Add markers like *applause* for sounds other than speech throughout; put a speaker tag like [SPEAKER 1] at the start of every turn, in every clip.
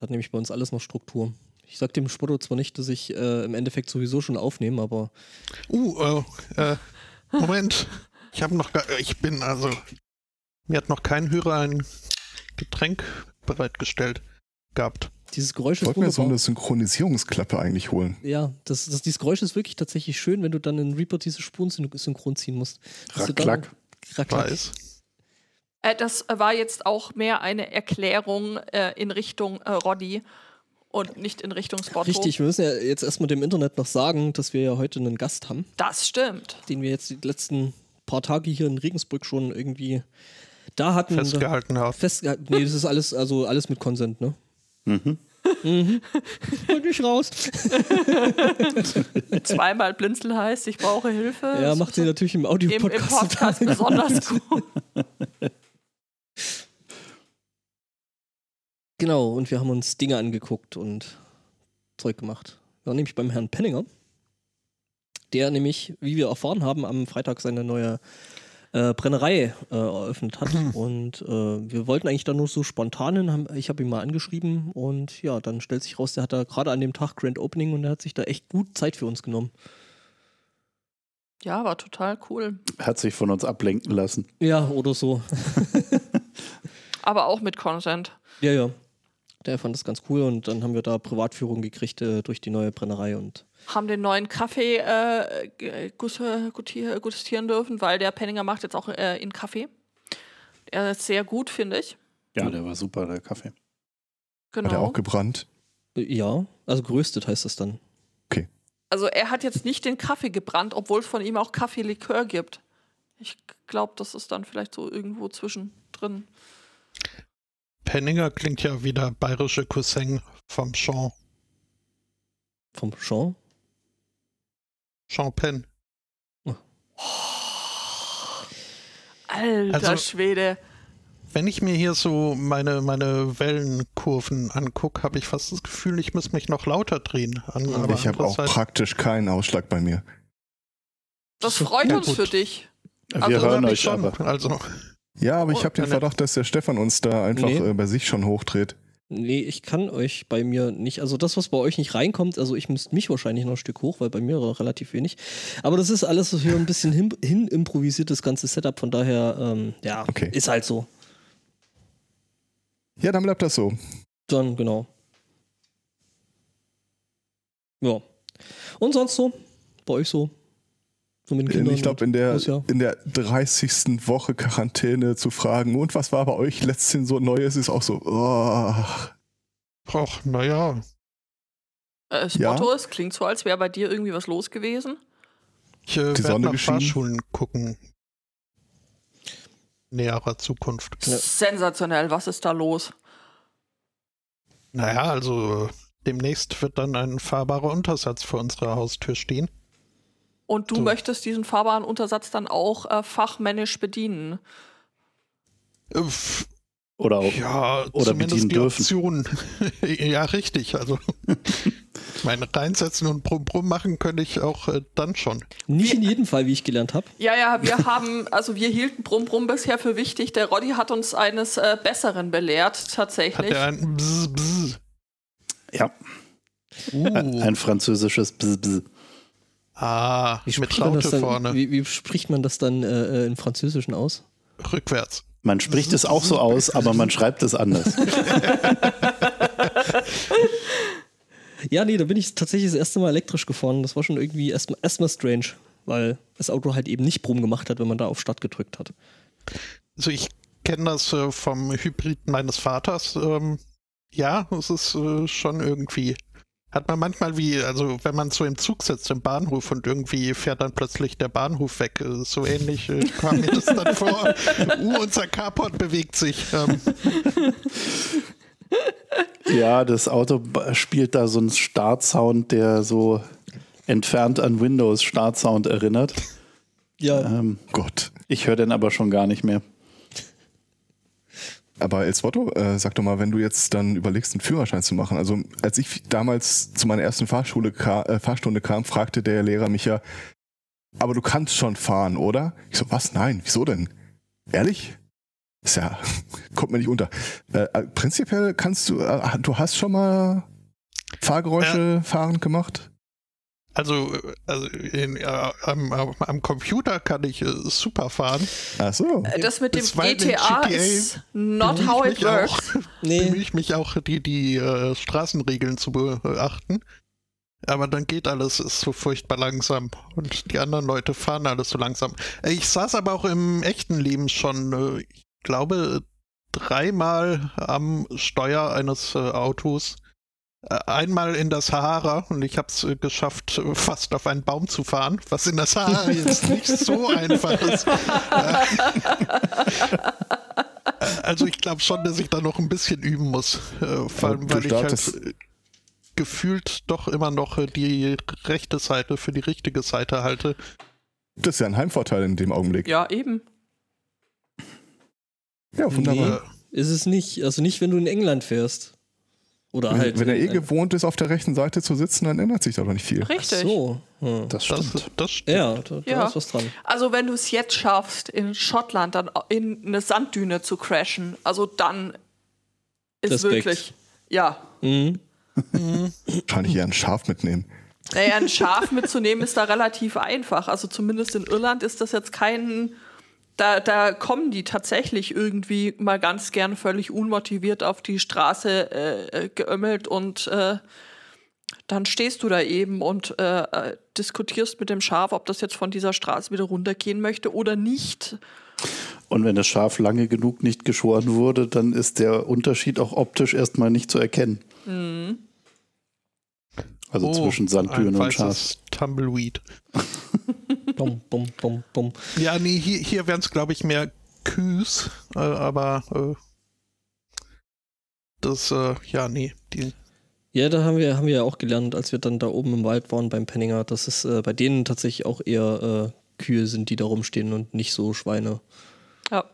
[SPEAKER 1] Hat nämlich bei uns alles noch Struktur. Ich sag dem Spotto zwar nicht, dass ich äh, im Endeffekt sowieso schon aufnehme, aber
[SPEAKER 2] Uh, äh, äh, Moment. Ich habe noch, gar- ich bin also, mir hat noch kein Hörer ein Getränk bereitgestellt gehabt.
[SPEAKER 1] dieses Geräusch
[SPEAKER 3] Ich
[SPEAKER 1] ist
[SPEAKER 3] wollte mir so
[SPEAKER 1] wunderbar.
[SPEAKER 3] eine Synchronisierungsklappe eigentlich holen.
[SPEAKER 1] Ja, das, das, dieses Geräusch ist wirklich tatsächlich schön, wenn du dann in Reaper diese Spuren syn synchron ziehen musst. Dass du dann-
[SPEAKER 3] Rack-klack.
[SPEAKER 1] Rack-klack.
[SPEAKER 2] Weiß.
[SPEAKER 4] Äh, das war jetzt auch mehr eine Erklärung äh, in Richtung äh, Roddy und nicht in Richtung Spotto.
[SPEAKER 1] Richtig, wir müssen ja jetzt erstmal dem Internet noch sagen, dass wir ja heute einen Gast haben,
[SPEAKER 4] Das stimmt.
[SPEAKER 1] den wir jetzt die letzten paar Tage hier in Regensburg schon irgendwie da hatten.
[SPEAKER 2] Festgehalten habe.
[SPEAKER 1] Festgehalten. Nee, das ist alles, also alles mit Konsent, ne?
[SPEAKER 5] Mhm.
[SPEAKER 1] *laughs* Und ich raus.
[SPEAKER 4] Zweimal Blinzel heißt, ich brauche Hilfe.
[SPEAKER 1] Ja, macht sie natürlich im
[SPEAKER 4] im, im
[SPEAKER 1] Audio-Podcast. *laughs*
[SPEAKER 4] Podcast besonders gut.
[SPEAKER 1] Genau, und wir haben uns Dinge angeguckt und Zeug gemacht. Wir waren nämlich beim Herrn Penninger, der nämlich, wie wir erfahren haben, am Freitag seine neue äh, Brennerei äh, eröffnet *laughs* hat. Und äh, wir wollten eigentlich da nur so spontan hin. Haben, ich habe ihn mal angeschrieben und ja, dann stellt sich raus, der hat da gerade an dem Tag Grand Opening und er hat sich da echt gut Zeit für uns genommen.
[SPEAKER 4] Ja, war total cool.
[SPEAKER 5] Hat sich von uns ablenken lassen.
[SPEAKER 1] Ja, oder so.
[SPEAKER 4] Aber auch mit Consent.
[SPEAKER 1] Ja, ja. Der fand das ganz cool und dann haben wir da Privatführung gekriegt äh, durch die neue Brennerei und
[SPEAKER 4] Haben den neuen Kaffee äh, g- gus- gutier- gustieren dürfen, weil der Penninger macht jetzt auch äh, in Kaffee. Er ist sehr gut, finde ich.
[SPEAKER 5] Ja, der war super, der Kaffee.
[SPEAKER 4] Genau.
[SPEAKER 3] Hat er auch gebrannt?
[SPEAKER 1] äh, ja, also geröstet heißt das dann.
[SPEAKER 4] Also er hat jetzt nicht den Kaffee gebrannt, obwohl es von ihm auch Kaffeelikör gibt. Ich glaube, das ist dann vielleicht so irgendwo zwischendrin.
[SPEAKER 2] Penninger klingt ja wie der bayerische Cousin vom Jean,
[SPEAKER 1] Vom Jean?
[SPEAKER 2] Jean Penn.
[SPEAKER 4] Alter
[SPEAKER 2] Also-
[SPEAKER 4] Schwede.
[SPEAKER 2] Wenn ich mir hier so meine, meine Wellenkurven angucke, habe ich fast das Gefühl, ich muss mich noch lauter drehen. An,
[SPEAKER 3] Und ich habe auch
[SPEAKER 2] andererseits-
[SPEAKER 3] praktisch keinen Ausschlag bei mir.
[SPEAKER 4] Das freut
[SPEAKER 2] Ja,
[SPEAKER 4] uns
[SPEAKER 2] gut.
[SPEAKER 4] für dich.
[SPEAKER 5] Wir
[SPEAKER 4] Also,
[SPEAKER 5] hören
[SPEAKER 2] Ja,
[SPEAKER 5] euch
[SPEAKER 2] schon.
[SPEAKER 5] aber.
[SPEAKER 2] Also,
[SPEAKER 3] Ja, aber
[SPEAKER 2] Oh,
[SPEAKER 3] ich habe den
[SPEAKER 2] eine-
[SPEAKER 3] Verdacht, dass der Stefan uns da einfach
[SPEAKER 1] Nee.
[SPEAKER 3] äh, bei sich schon hochdreht.
[SPEAKER 1] Nee, ich kann euch bei mir nicht, also das, was bei euch nicht reinkommt, also ich müsste mich wahrscheinlich noch ein Stück hoch, weil bei mir war relativ wenig. Aber das ist alles so hier ein bisschen hin, hin improvisiert, das ganze Setup, von daher, ähm, ja,
[SPEAKER 3] Okay.
[SPEAKER 1] ist halt so.
[SPEAKER 3] Ja, dann bleibt das so.
[SPEAKER 1] Dann, genau. Ja. Und sonst so? Bei euch so? So mit den Kindern?
[SPEAKER 3] Äh, ich glaube, in der,
[SPEAKER 1] muss ja.
[SPEAKER 3] in der 30. Woche Quarantäne zu fragen, und was war bei euch letztens so Neues, ist auch so, oh,
[SPEAKER 2] ach, naja,
[SPEAKER 4] Äh,
[SPEAKER 3] Ja.
[SPEAKER 4] Spotto, es klingt so, als wäre bei dir irgendwie was los gewesen.
[SPEAKER 2] ich äh,
[SPEAKER 3] Die
[SPEAKER 2] werde
[SPEAKER 3] Sonne
[SPEAKER 2] nach
[SPEAKER 3] geschienen.
[SPEAKER 2] Fahrschulen gucken. Näherer Zukunft.
[SPEAKER 1] Ja.
[SPEAKER 4] Sensationell, was ist da los?
[SPEAKER 2] Naja, also äh, demnächst wird dann ein fahrbarer Untersatz vor unserer Haustür stehen.
[SPEAKER 4] Und du
[SPEAKER 2] So.
[SPEAKER 4] möchtest diesen fahrbaren Untersatz dann auch äh, fachmännisch bedienen.
[SPEAKER 2] Äh, f-
[SPEAKER 5] Oder
[SPEAKER 3] Oh
[SPEAKER 5] auch.
[SPEAKER 2] Ja,
[SPEAKER 5] Oder bedienen
[SPEAKER 2] zumindest die
[SPEAKER 5] dürfen.
[SPEAKER 2] Option. *laughs* ja, richtig. Also, ich meine, reinsetzen und brumm brumm machen könnte ich auch äh, dann schon.
[SPEAKER 1] Nicht in jedem Fall, wie ich gelernt habe.
[SPEAKER 4] Ja, ja, wir haben, also wir hielten Brumm Brumm bisher für wichtig. Der Roddy hat uns eines äh, Besseren belehrt,
[SPEAKER 2] Hat
[SPEAKER 4] tatsächlich.
[SPEAKER 2] er ein Bzz, Bzz.
[SPEAKER 5] Ja,
[SPEAKER 2] Uh.
[SPEAKER 5] ein französisches Bzz, Bzz.
[SPEAKER 2] Ah, mit
[SPEAKER 1] spricht man das
[SPEAKER 2] Raute
[SPEAKER 1] dann,
[SPEAKER 2] vorne.
[SPEAKER 1] Wie, wie spricht man das dann äh, äh, im Französischen aus?
[SPEAKER 2] Rückwärts.
[SPEAKER 5] Man spricht es auch so aus, aber man schreibt es anders.
[SPEAKER 1] Ja, nee, da bin ich tatsächlich das erste Mal elektrisch gefahren. Das war schon irgendwie erstmal erstmal strange, weil das Auto halt eben nicht brumm gemacht hat, wenn man da auf Start gedrückt hat.
[SPEAKER 2] Also ich kenne das äh, vom Hybrid meines Vaters. Ähm, ja, es ist äh, schon irgendwie. Hat man manchmal wie, also wenn man so im Zug sitzt im Bahnhof und irgendwie fährt dann plötzlich der Bahnhof weg. Äh, So ähnlich äh, kam mir das dann
[SPEAKER 4] *laughs*
[SPEAKER 2] vor. Uh, unser Carport bewegt sich. Ähm,
[SPEAKER 5] Ja, das Auto b- spielt da so einen Startsound, der so entfernt an Windows Startsound erinnert.
[SPEAKER 1] Ja,
[SPEAKER 5] Ähm,
[SPEAKER 3] Gott.
[SPEAKER 5] ich höre den aber schon gar nicht mehr.
[SPEAKER 3] Aber El Swotto, äh, sag doch mal, wenn du jetzt dann überlegst, einen Führerschein zu machen. Also als ich damals zu meiner ersten Fahrschule ka äh, Fahrstunde kam, fragte der Lehrer mich ja, aber du kannst schon fahren, oder? Ich so, was? Nein, wieso denn? Ehrlich? Ist ja, *laughs* kommt mir nicht unter. Äh, äh, prinzipiell kannst du, äh, du hast schon mal Fahrgeräusche fahrend gemacht?
[SPEAKER 2] Also, äh, also in, äh, am, am, am Computer kann ich äh, super fahren.
[SPEAKER 3] Ach so.
[SPEAKER 4] Äh, Das mit dem
[SPEAKER 2] Das war in den
[SPEAKER 4] GTA
[SPEAKER 2] GTA
[SPEAKER 4] ist not
[SPEAKER 2] bemühe
[SPEAKER 4] how
[SPEAKER 2] ich
[SPEAKER 4] it
[SPEAKER 2] mich auch.
[SPEAKER 4] works.
[SPEAKER 2] bemühe ich mich auch, die, die äh, Straßenregeln zu beachten. Aber dann geht alles ist so furchtbar langsam und die anderen Leute fahren alles so langsam. Äh, Ich saß aber auch im echten Leben schon, äh, ich glaube, dreimal am Steuer eines äh, Autos. Äh, Einmal in der Sahara und ich habe es geschafft, äh, fast auf einen Baum zu fahren, was in der
[SPEAKER 5] *laughs*
[SPEAKER 2] Sahara jetzt nicht so einfach ist. Äh, Also ich glaube schon, dass ich da noch ein bisschen üben muss. Äh, vor allem,
[SPEAKER 3] du
[SPEAKER 2] weil ich halt
[SPEAKER 3] startest-
[SPEAKER 2] äh, gefühlt doch immer noch äh, die rechte Seite für die richtige Seite halte.
[SPEAKER 3] Das ist ja ein Heimvorteil in dem Augenblick.
[SPEAKER 4] Ja, eben.
[SPEAKER 3] Ja, wunderbar.
[SPEAKER 1] Ist es nicht. Also nicht, wenn du in England fährst. Oder
[SPEAKER 3] Wenn,
[SPEAKER 1] halt.
[SPEAKER 3] wenn er eh
[SPEAKER 1] in-
[SPEAKER 3] gewohnt ist, auf der rechten Seite zu sitzen, dann ändert sich da doch nicht viel.
[SPEAKER 1] Ach
[SPEAKER 4] äh, Richtig.
[SPEAKER 1] So. Hm.
[SPEAKER 5] Das
[SPEAKER 2] Das,
[SPEAKER 5] stimmt.
[SPEAKER 2] das stimmt.
[SPEAKER 1] Ja, da, da
[SPEAKER 4] Ja.
[SPEAKER 1] ist was dran.
[SPEAKER 4] Also wenn du es jetzt schaffst, in Schottland dann in eine Sanddüne zu crashen, also dann ist
[SPEAKER 1] Respekt.
[SPEAKER 4] wirklich. Ja.
[SPEAKER 1] Mhm.
[SPEAKER 3] Wahrscheinlich eher ein Schaf mitnehmen.
[SPEAKER 4] Naja, ein Schaf mitzunehmen ist da relativ einfach. Also zumindest in Irland ist das jetzt kein. Da, da kommen die tatsächlich irgendwie mal ganz gern völlig unmotiviert auf die Straße äh, äh, geömmelt und äh, dann stehst du da eben und äh, äh, diskutierst mit dem Schaf, ob das jetzt von dieser Straße wieder runtergehen möchte oder nicht.
[SPEAKER 5] Und wenn das Schaf lange genug nicht geschoren wurde, dann ist der Unterschied auch optisch erstmal nicht zu erkennen. Also
[SPEAKER 2] Oh,
[SPEAKER 5] zwischen
[SPEAKER 2] ein
[SPEAKER 5] Sanddünen und Schaf.
[SPEAKER 2] weißes Tumbleweed.
[SPEAKER 1] Bum, bum, bum, bum.
[SPEAKER 2] Ja, nee, hier, hier wären es, glaube ich, mehr Küs, äh, aber äh, das, äh, ja, nee. Die,
[SPEAKER 1] Ja, da haben wir, haben wir ja auch gelernt, als wir dann da oben im Wald waren beim Penninger, dass es äh, bei denen tatsächlich auch eher äh, Kühe sind, die da rumstehen und nicht so Schweine.
[SPEAKER 4] Ja.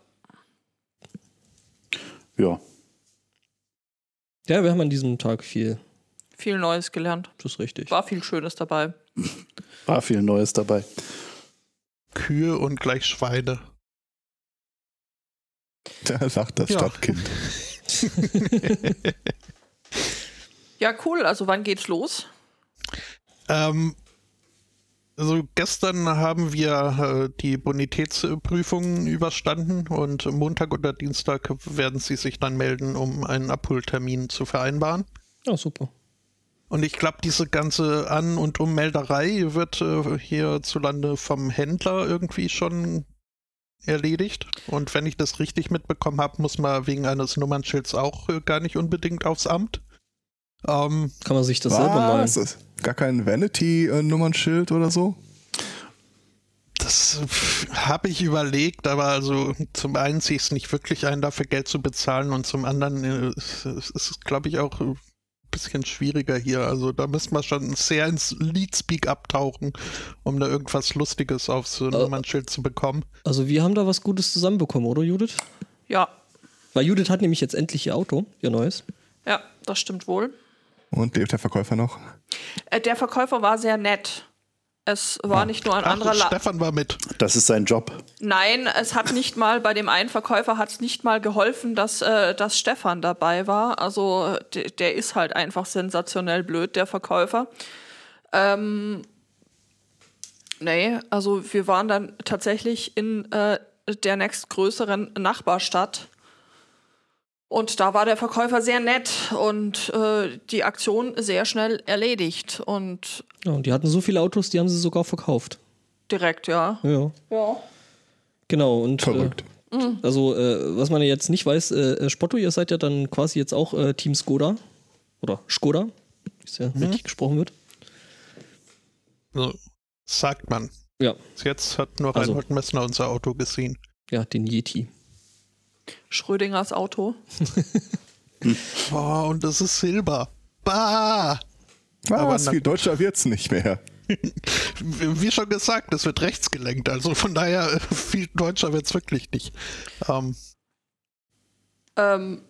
[SPEAKER 5] Ja.
[SPEAKER 1] Ja, wir haben an diesem Tag viel.
[SPEAKER 4] Viel Neues gelernt.
[SPEAKER 1] Das ist richtig.
[SPEAKER 4] War viel Schönes dabei.
[SPEAKER 5] War viel Neues dabei.
[SPEAKER 2] Kühe und gleich Schweine.
[SPEAKER 3] *laughs* Da lacht das
[SPEAKER 2] Ja.
[SPEAKER 3] Stadtkind.
[SPEAKER 4] Ja, cool. Also wann geht's los?
[SPEAKER 2] Ähm, also gestern haben wir äh, die Bonitätsprüfungen überstanden und Montag oder Dienstag werden sie sich dann melden, um einen Abholtermin zu vereinbaren.
[SPEAKER 1] *laughs* Ja, super.
[SPEAKER 2] Und ich glaube, diese ganze An- und Ummelderei wird äh, hierzulande vom Händler irgendwie schon erledigt. Und wenn ich das richtig mitbekommen habe, muss man wegen eines Nummernschilds auch äh, gar nicht unbedingt aufs Amt. Ähm,
[SPEAKER 1] Kann man sich das selber malen.
[SPEAKER 3] Was? Ist Gar kein Vanity-Nummernschild oder so?
[SPEAKER 2] Das habe ich überlegt, aber also zum einen sehe ich es nicht wirklich ein, dafür Geld zu bezahlen und zum anderen äh, es- es ist es, glaube ich, auch äh, ein bisschen schwieriger hier. Also da müssen wir schon sehr ins Leadspeak abtauchen, um da irgendwas Lustiges auf so ein
[SPEAKER 1] Äh.
[SPEAKER 2] Nummernschild zu bekommen.
[SPEAKER 1] Also wir haben da was Gutes zusammenbekommen, oder Judith?
[SPEAKER 4] Ja.
[SPEAKER 1] Weil Judith hat nämlich jetzt endlich ihr Auto, ihr neues.
[SPEAKER 4] Ja, das stimmt wohl.
[SPEAKER 3] Und lebt der Verkäufer noch?
[SPEAKER 4] Äh, der Verkäufer war sehr nett. Es war nicht nur ein
[SPEAKER 2] Ach,
[SPEAKER 4] anderer La
[SPEAKER 2] Stefan war mit.
[SPEAKER 5] Das ist sein Job.
[SPEAKER 4] Nein, es hat nicht mal bei dem einen Verkäufer hat es nicht mal geholfen, dass, äh, dass Stefan dabei war. Also äh, de- der ist halt einfach sensationell blöd, der Verkäufer. Ähm, nee, also wir waren dann tatsächlich in äh, der nächstgrößeren Nachbarstadt. Und da war der Verkäufer sehr nett und äh, die Aktion sehr schnell erledigt und
[SPEAKER 1] Ja, und die hatten so viele Autos, die haben sie sogar verkauft.
[SPEAKER 4] direkt, ja.
[SPEAKER 1] Ja.
[SPEAKER 4] Ja.
[SPEAKER 1] Genau, und
[SPEAKER 3] Verrückt.
[SPEAKER 1] Äh, also, äh, was man ja jetzt nicht weiß, äh, äh, Spotto, ihr seid ja dann quasi jetzt auch äh, Team Skoda. Oder Skoda, wie es ja
[SPEAKER 3] Mhm.
[SPEAKER 1] richtig gesprochen wird.
[SPEAKER 2] So, sagt man.
[SPEAKER 1] Ja,
[SPEAKER 2] Bis Jetzt hat nur
[SPEAKER 1] Also.
[SPEAKER 2] Reinhold Messner unser Auto gesehen.
[SPEAKER 1] ja, den Yeti.
[SPEAKER 4] Schrödingers Auto.
[SPEAKER 2] Boah, und das ist Silber. Bah! Aber
[SPEAKER 3] Ah, Was?
[SPEAKER 2] na-
[SPEAKER 3] Viel deutscher wird's nicht mehr.
[SPEAKER 2] Wie schon gesagt, es wird rechts gelenkt, also von daher viel deutscher wird es wirklich nicht. Ähm,
[SPEAKER 4] Ähm,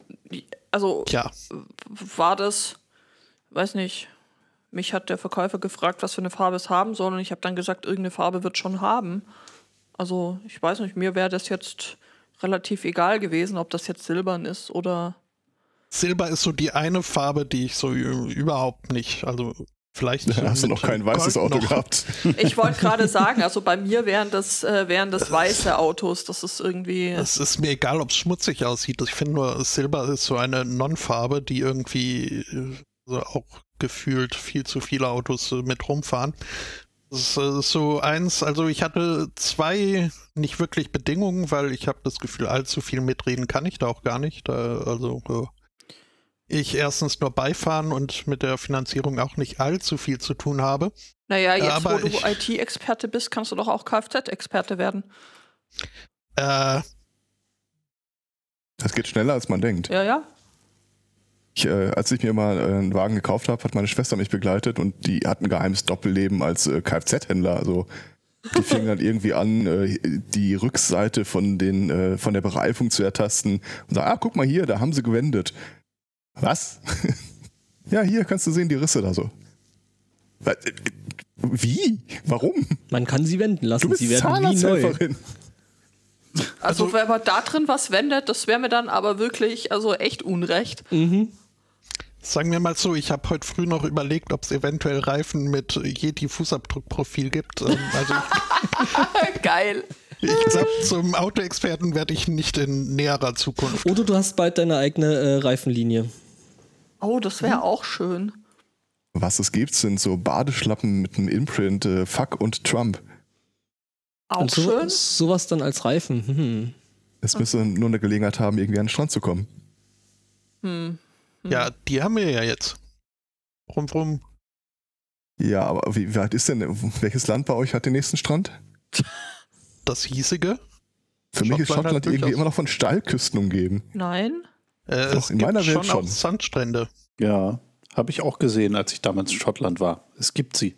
[SPEAKER 4] also
[SPEAKER 2] tja,
[SPEAKER 4] war das, weiß nicht, mich hat der Verkäufer gefragt, was für eine Farbe es haben soll und ich habe dann gesagt, irgendeine Farbe wird schon haben. Also ich weiß nicht, mir wäre das jetzt relativ egal gewesen, ob das jetzt silbern
[SPEAKER 2] *laughs*
[SPEAKER 4] ist oder.
[SPEAKER 2] Silber ist so die eine Farbe, die ich so ü- überhaupt nicht. Also vielleicht.
[SPEAKER 3] Da *laughs* hast du
[SPEAKER 2] mit
[SPEAKER 3] noch kein weißes
[SPEAKER 2] Gold
[SPEAKER 3] Auto
[SPEAKER 2] noch.
[SPEAKER 3] gehabt.
[SPEAKER 4] Ich wollte gerade sagen, also bei mir wären das, äh, wären das weiße Autos. Das ist irgendwie.
[SPEAKER 2] Es ist mir egal, ob es schmutzig aussieht. Ich finde nur, Silber ist so eine Non-Farbe, die irgendwie äh, so auch gefühlt viel zu viele Autos äh, mit rumfahren. Das ist äh, so eins, also ich hatte zwei nicht wirklich Bedingungen, weil ich habe das Gefühl, allzu viel mitreden kann ich da auch gar nicht. Da, also äh, ich erstens nur beifahren und mit der Finanzierung auch nicht allzu viel zu tun habe.
[SPEAKER 4] Naja, jetzt
[SPEAKER 2] aber
[SPEAKER 4] wo du
[SPEAKER 2] ich-
[SPEAKER 4] IT-Experte bist, kannst du doch auch Kfz-Experte werden.
[SPEAKER 2] Äh,
[SPEAKER 3] Das geht schneller, als man denkt.
[SPEAKER 4] Ja, ja.
[SPEAKER 3] Ich, äh, als ich mir mal äh, einen Wagen gekauft habe, hat meine Schwester mich begleitet und die hat ein geheimes Doppelleben als äh, Kfz-Händler. Also
[SPEAKER 1] *laughs*
[SPEAKER 3] die fingen dann irgendwie an, äh, die Rückseite von, den, äh, von der Bereifung zu ertasten und sagen, ah, guck mal hier, da haben sie gewendet. Was? *laughs* ja, hier kannst du sehen, die Risse da so. Wa- äh, Wie? Warum?
[SPEAKER 1] Man kann sie wenden lassen.
[SPEAKER 3] Du bist
[SPEAKER 1] sie werden wie neu.
[SPEAKER 3] Zahnarzthelferin.
[SPEAKER 4] Also, wenn man da drin was wendet, das wäre mir dann aber wirklich, also echt unrecht.
[SPEAKER 2] Sagen wir mal so, ich habe heute früh noch überlegt, ob es eventuell Reifen mit Yeti-Fußabdruckprofil gibt. Ähm, Also
[SPEAKER 4] *laughs* Geil.
[SPEAKER 2] ich, ich
[SPEAKER 3] *laughs*
[SPEAKER 2] glaube, zum Autoexperten werde ich nicht in näherer Zukunft.
[SPEAKER 1] Oder du hast bald deine eigene äh, Reifenlinie.
[SPEAKER 4] Oh, das wäre auch schön.
[SPEAKER 3] Was es gibt, sind so Badeschlappen mit einem Imprint äh, Fuck und Trump.
[SPEAKER 4] Auch
[SPEAKER 1] Und so,
[SPEAKER 4] schön.
[SPEAKER 1] Sowas dann als Reifen. Hm.
[SPEAKER 3] Es müsste nur eine Gelegenheit haben, irgendwie an den Strand zu kommen.
[SPEAKER 4] Hm.
[SPEAKER 3] Hm.
[SPEAKER 2] Ja, die haben wir ja jetzt. Rum, rum.
[SPEAKER 3] Ja, aber wie weit ist denn, welches Land bei euch hat den nächsten Strand?
[SPEAKER 2] Das hiesige.
[SPEAKER 3] Für mich
[SPEAKER 2] Schottland hat
[SPEAKER 3] ist Schottland irgendwie
[SPEAKER 2] durchaus-
[SPEAKER 3] immer noch von Steilküsten umgeben.
[SPEAKER 4] Nein.
[SPEAKER 2] Äh,
[SPEAKER 3] Doch,
[SPEAKER 2] es
[SPEAKER 3] in
[SPEAKER 2] gibt
[SPEAKER 3] meiner Welt
[SPEAKER 2] schon,
[SPEAKER 3] schon.
[SPEAKER 2] auch Sandstrände.
[SPEAKER 5] Ja, habe ich auch gesehen, als ich damals in Schottland war. Es gibt sie.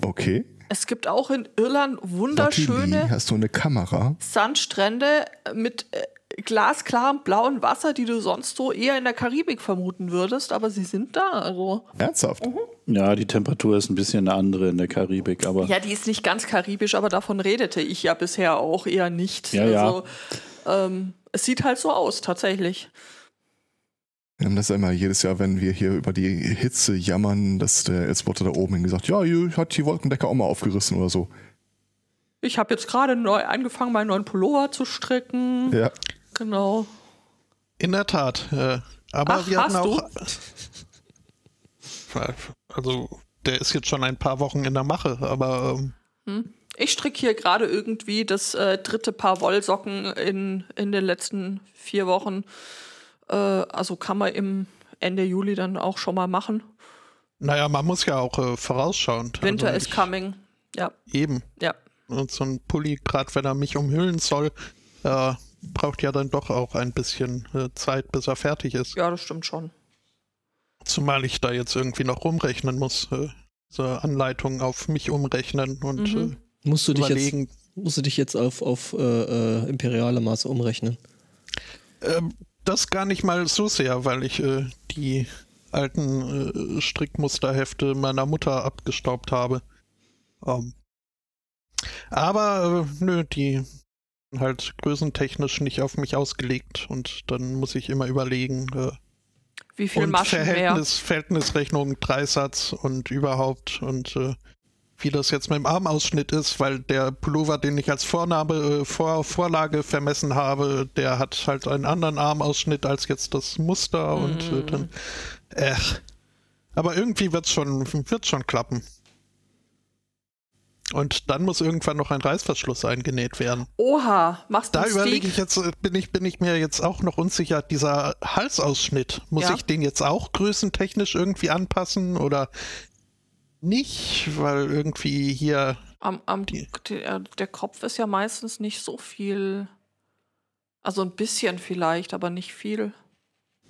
[SPEAKER 3] Okay.
[SPEAKER 4] Es gibt auch in Irland
[SPEAKER 3] Natürlich
[SPEAKER 4] wunderschöne
[SPEAKER 3] hast du eine Kamera.
[SPEAKER 4] Sandstrände mit äh, glasklarem blauen Wasser, die du sonst so eher in der Karibik vermuten würdest, aber sie sind da. Also.
[SPEAKER 3] Ernsthaft?
[SPEAKER 2] Mhm.
[SPEAKER 5] Ja, die Temperatur ist ein bisschen eine andere in der Karibik, aber
[SPEAKER 4] Ja, die ist nicht ganz karibisch, aber davon redete ich ja bisher auch eher nicht.
[SPEAKER 5] Ja, ja.
[SPEAKER 4] also, Ähm, es sieht halt so aus, tatsächlich.
[SPEAKER 3] Wir haben das ja immer jedes Jahr, wenn wir hier über die Hitze jammern, dass der Elsbotter da oben hin gesagt, ja, hier hat die Wolkendecke auch mal aufgerissen oder so.
[SPEAKER 4] Ich habe jetzt gerade neu angefangen, meinen neuen Pullover zu
[SPEAKER 2] Mhm.
[SPEAKER 4] stricken.
[SPEAKER 3] Ja.
[SPEAKER 4] Genau.
[SPEAKER 2] In der Tat. Äh, aber
[SPEAKER 4] Ach,
[SPEAKER 2] wir hatten
[SPEAKER 4] hast
[SPEAKER 2] auch. Also, der ist jetzt schon ein paar Wochen in der Mache, aber ähm,
[SPEAKER 4] Ich stricke hier gerade irgendwie das äh, dritte Paar Wollsocken in, in den letzten vier Wochen. Äh, also kann man im Ende Juli dann auch schon mal machen.
[SPEAKER 2] naja, man muss ja auch äh, vorausschauend.
[SPEAKER 4] Winter
[SPEAKER 2] also
[SPEAKER 4] is
[SPEAKER 2] ich-
[SPEAKER 4] coming. Ja,
[SPEAKER 2] Eben.
[SPEAKER 4] ja.
[SPEAKER 2] Und so ein Pulli, gerade wenn er mich umhüllen soll, äh, braucht ja dann doch auch ein bisschen äh, Zeit, bis er fertig ist.
[SPEAKER 4] Ja, das stimmt schon.
[SPEAKER 2] Zumal ich da jetzt irgendwie noch rumrechnen muss. Äh, so Anleitung auf mich umrechnen und
[SPEAKER 4] Mhm.
[SPEAKER 1] Musst du
[SPEAKER 2] äh,
[SPEAKER 1] dich jetzt,
[SPEAKER 2] überlegen.
[SPEAKER 1] musst du dich jetzt auf, auf äh, äh, imperiale Maße umrechnen.
[SPEAKER 2] Ähm, das gar nicht mal so sehr, weil ich äh, die alten äh, Strickmusterhefte meiner Mutter abgestaubt habe. Ähm, aber äh, nö, die sind halt größentechnisch nicht auf mich ausgelegt und dann muss ich immer überlegen, äh,
[SPEAKER 4] Wie viel
[SPEAKER 2] und
[SPEAKER 4] Maschen mehr?
[SPEAKER 2] Verhältnis, Verhältnisrechnung, Dreisatz und überhaupt und äh, wie das jetzt mit dem Armausschnitt ist, weil der Pullover, den ich als Vorname, äh, Vor Vorlage vermessen habe, der hat halt einen anderen Armausschnitt als jetzt das Muster und äh,
[SPEAKER 4] Mhm.
[SPEAKER 2] dann, äh, aber irgendwie wird's schon, wird's schon klappen. Und dann muss irgendwann noch ein Reißverschluss eingenäht werden.
[SPEAKER 4] Oha, machst du
[SPEAKER 2] Da
[SPEAKER 4] einen
[SPEAKER 2] überlege ich
[SPEAKER 4] Stick?
[SPEAKER 2] jetzt, äh, bin ich, bin ich mir jetzt auch noch unsicher, dieser Halsausschnitt, muss
[SPEAKER 4] Ja.
[SPEAKER 2] ich den jetzt auch größentechnisch irgendwie anpassen oder nicht, weil irgendwie hier,
[SPEAKER 4] Am, am,
[SPEAKER 2] Die-
[SPEAKER 4] der, der Kopf ist ja meistens nicht so viel. Also ein bisschen vielleicht, aber nicht viel.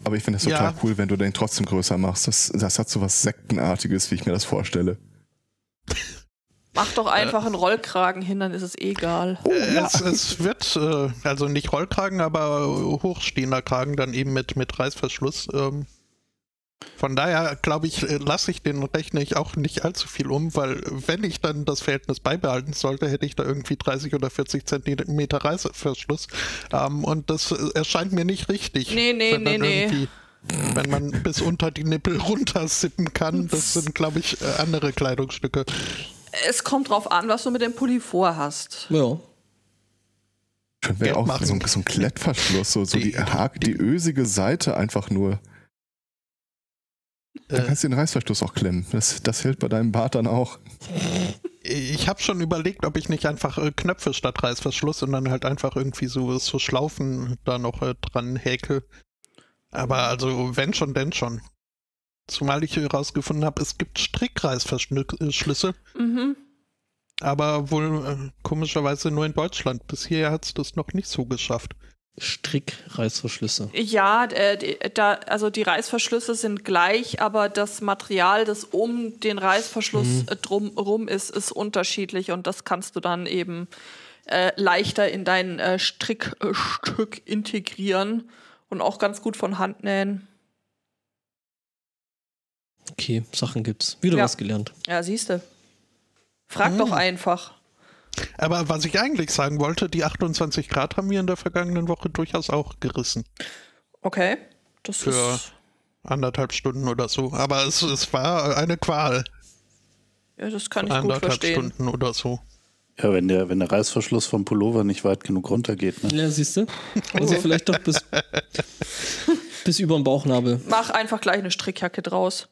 [SPEAKER 3] Aber ich finde das total
[SPEAKER 2] Ja.
[SPEAKER 3] cool, wenn du den trotzdem größer machst. Das, das hat so was Sektenartiges, wie ich mir das vorstelle.
[SPEAKER 4] Mach doch einfach einen Rollkragen hin, dann ist es eh egal.
[SPEAKER 3] Oh,
[SPEAKER 2] äh, es, es wird, äh, also nicht Rollkragen, aber hochstehender Kragen dann eben mit, mit Reißverschluss. Ähm, Von daher, glaube ich, äh, lasse ich den Rechner ich auch nicht allzu viel um, weil wenn ich dann das Verhältnis beibehalten sollte, hätte ich da irgendwie 30 oder 40 Zentimeter Reißverschluss. Ähm, und das äh, erscheint mir nicht richtig.
[SPEAKER 4] Nee, nee,
[SPEAKER 2] wenn dann
[SPEAKER 4] nee, nee.
[SPEAKER 2] irgendwie- Wenn man bis unter die Nippel *laughs* runtersippen kann, das sind, glaube ich, äh, andere Kleidungsstücke.
[SPEAKER 4] Es kommt drauf an, was du mit dem Pulli vorhast.
[SPEAKER 1] Ja.
[SPEAKER 3] Schön wäre
[SPEAKER 2] Geld
[SPEAKER 3] auch
[SPEAKER 2] machen.
[SPEAKER 3] so, ein- so ein Klettverschluss, so, so die,
[SPEAKER 2] Die-
[SPEAKER 3] Hak- die ösige Seite einfach nur. Da
[SPEAKER 2] Äh.
[SPEAKER 3] kannst du den Reißverschluss auch klemmen. Das, das hält bei deinem Bart dann auch.
[SPEAKER 2] Ich habe schon überlegt, ob ich nicht einfach äh, Knöpfe statt Reißverschluss und dann halt einfach irgendwie so, so Schlaufen da noch äh, dran häkel. Aber also, wenn schon, denn schon. Zumal ich herausgefunden habe, es gibt Strickreißverschlüsse,
[SPEAKER 4] Mhm.
[SPEAKER 2] aber wohl äh, komischerweise nur in Deutschland. Bis hierher hat es das noch nicht so geschafft.
[SPEAKER 1] Strickreißverschlüsse.
[SPEAKER 4] Ja, äh, die- da, also die Reißverschlüsse sind gleich, aber das Material, das um den Reißverschluss äh, drumrum ist, ist unterschiedlich und das kannst du dann eben äh, leichter in dein äh, Strickstück äh, Stück integrieren und auch ganz gut von Hand nähen.
[SPEAKER 1] Okay, Sachen gibt's. Wieder
[SPEAKER 4] Ja.
[SPEAKER 1] was gelernt.
[SPEAKER 4] Ja, siehste. Frag doch einfach.
[SPEAKER 2] Aber was ich eigentlich sagen wollte, die 28 Grad haben wir in der vergangenen Woche durchaus auch gerissen.
[SPEAKER 4] Okay. Das
[SPEAKER 2] Für
[SPEAKER 4] ist.
[SPEAKER 2] anderthalb Stunden oder so. Aber es, es war eine Qual.
[SPEAKER 4] Ja, das kann ich gut
[SPEAKER 2] anderthalb
[SPEAKER 4] verstehen.
[SPEAKER 2] Stunden oder so.
[SPEAKER 5] Ja, wenn der, wenn der Reißverschluss vom Pullover nicht weit genug runtergeht. Ne?
[SPEAKER 1] Ja, siehst du? Also vielleicht doch bis, bis über den Bauchnabel.
[SPEAKER 4] Mach einfach gleich eine Strickjacke draus.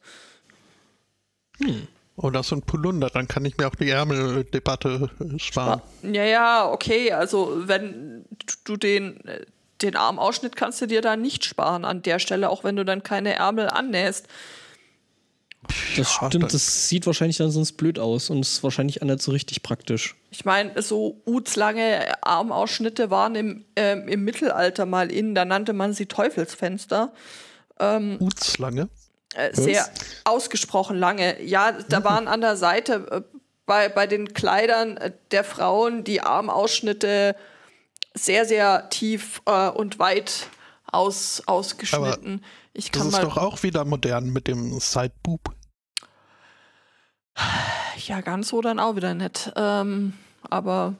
[SPEAKER 2] Oder so ein Polunder, dann kann ich mir auch die Ärmeldebatte äh, sparen.
[SPEAKER 4] Ja, ja, okay. Also, wenn du den, äh, den Armausschnitt kannst du dir da nicht sparen an der Stelle, auch wenn du dann keine Ärmel annähst.
[SPEAKER 1] Das
[SPEAKER 2] Ja,
[SPEAKER 1] stimmt,
[SPEAKER 2] dann-
[SPEAKER 1] das sieht wahrscheinlich dann sonst blöd aus und ist wahrscheinlich anders so richtig praktisch.
[SPEAKER 4] Ich meine, so uzlange Armausschnitte waren im, ähm, im Mittelalter mal in. Da nannte man sie Teufelsfenster.
[SPEAKER 2] Utslange.
[SPEAKER 4] äh, sehr ausgesprochen lange. Ja, da waren an der Seite äh, bei, bei den Kleidern äh, der Frauen die Armausschnitte sehr, sehr tief äh, und weit aus, ausgeschnitten. ich
[SPEAKER 2] Das
[SPEAKER 4] kann
[SPEAKER 2] ist
[SPEAKER 4] mal.
[SPEAKER 2] doch auch wieder modern mit dem Sideboob.
[SPEAKER 4] Ja, ganz so dann auch wieder nicht. Ähm, aber.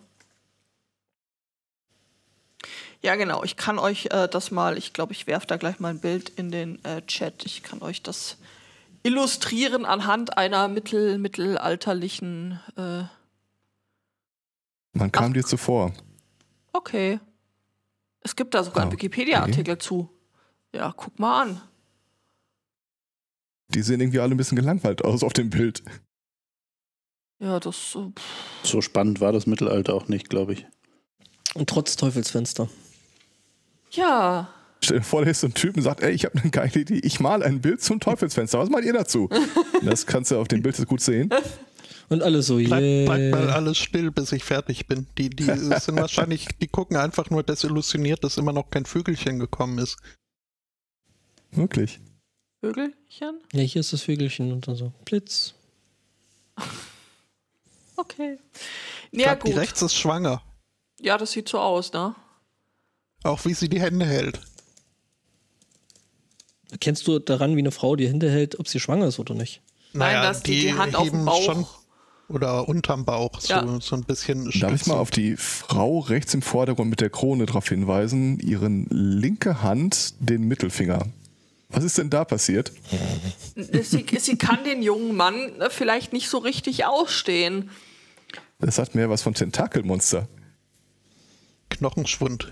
[SPEAKER 4] Ja, genau. Ich kann euch äh, das mal, ich glaube, ich werfe da gleich mal ein Bild in den äh, Chat. Ich kann euch das illustrieren anhand einer mittel, mittelalterlichen. Äh,
[SPEAKER 3] Man kam dir zuvor.
[SPEAKER 4] okay. Es gibt da sogar einen
[SPEAKER 2] Oh,
[SPEAKER 3] Ah,
[SPEAKER 4] Wikipedia-Artikel zu. Ja, guck mal an.
[SPEAKER 3] Die sehen irgendwie alle ein bisschen gelangweilt aus auf dem Bild.
[SPEAKER 4] Ja, das. äh, pff.
[SPEAKER 5] So spannend war das Mittelalter auch nicht, glaube ich.
[SPEAKER 1] Und trotz Teufelsfenster.
[SPEAKER 4] Ja.
[SPEAKER 3] Stell dir vor, da ist so ein Typ und sagt, ey, ich habe eine geile Idee, ich mal ein Bild zum Teufelsfenster. Was meint ihr dazu? Das kannst du auf dem Bild gut sehen.
[SPEAKER 1] Und alle so,
[SPEAKER 2] Bleibt
[SPEAKER 1] yeah.
[SPEAKER 2] bleibt mal alles still, bis ich fertig bin. Die,
[SPEAKER 4] *laughs*
[SPEAKER 2] die sind wahrscheinlich, die gucken einfach nur desillusioniert, dass immer noch kein Vögelchen gekommen ist.
[SPEAKER 3] Wirklich.
[SPEAKER 4] Vögelchen?
[SPEAKER 1] Ja, hier ist das Vögelchen und dann so, Blitz.
[SPEAKER 4] Okay.
[SPEAKER 2] Ich
[SPEAKER 4] Ja,
[SPEAKER 2] glaub, die
[SPEAKER 4] gut.
[SPEAKER 2] rechts ist schwanger.
[SPEAKER 4] Ja, das sieht so aus, ne?
[SPEAKER 2] Auch wie sie die Hände hält.
[SPEAKER 1] Erkennst du daran, wie eine Frau dir hinterhält, ob sie schwanger ist oder nicht?
[SPEAKER 4] Nein, dass die die Hand auf den
[SPEAKER 2] heben
[SPEAKER 4] Bauch-
[SPEAKER 2] oder unterm Bauch so,
[SPEAKER 4] Ja.
[SPEAKER 2] so ein bisschen.
[SPEAKER 3] Darf ich
[SPEAKER 2] stützen.
[SPEAKER 3] mal auf die Frau rechts im Vordergrund mit der Krone darauf hinweisen? Ihren linke Hand, den Mittelfinger. Was ist denn da passiert?
[SPEAKER 4] sie, sie kann den jungen Mann äh, vielleicht nicht so richtig ausstehen.
[SPEAKER 3] Das hat mehr was von Tentakelmonster.
[SPEAKER 2] Knochenschwund.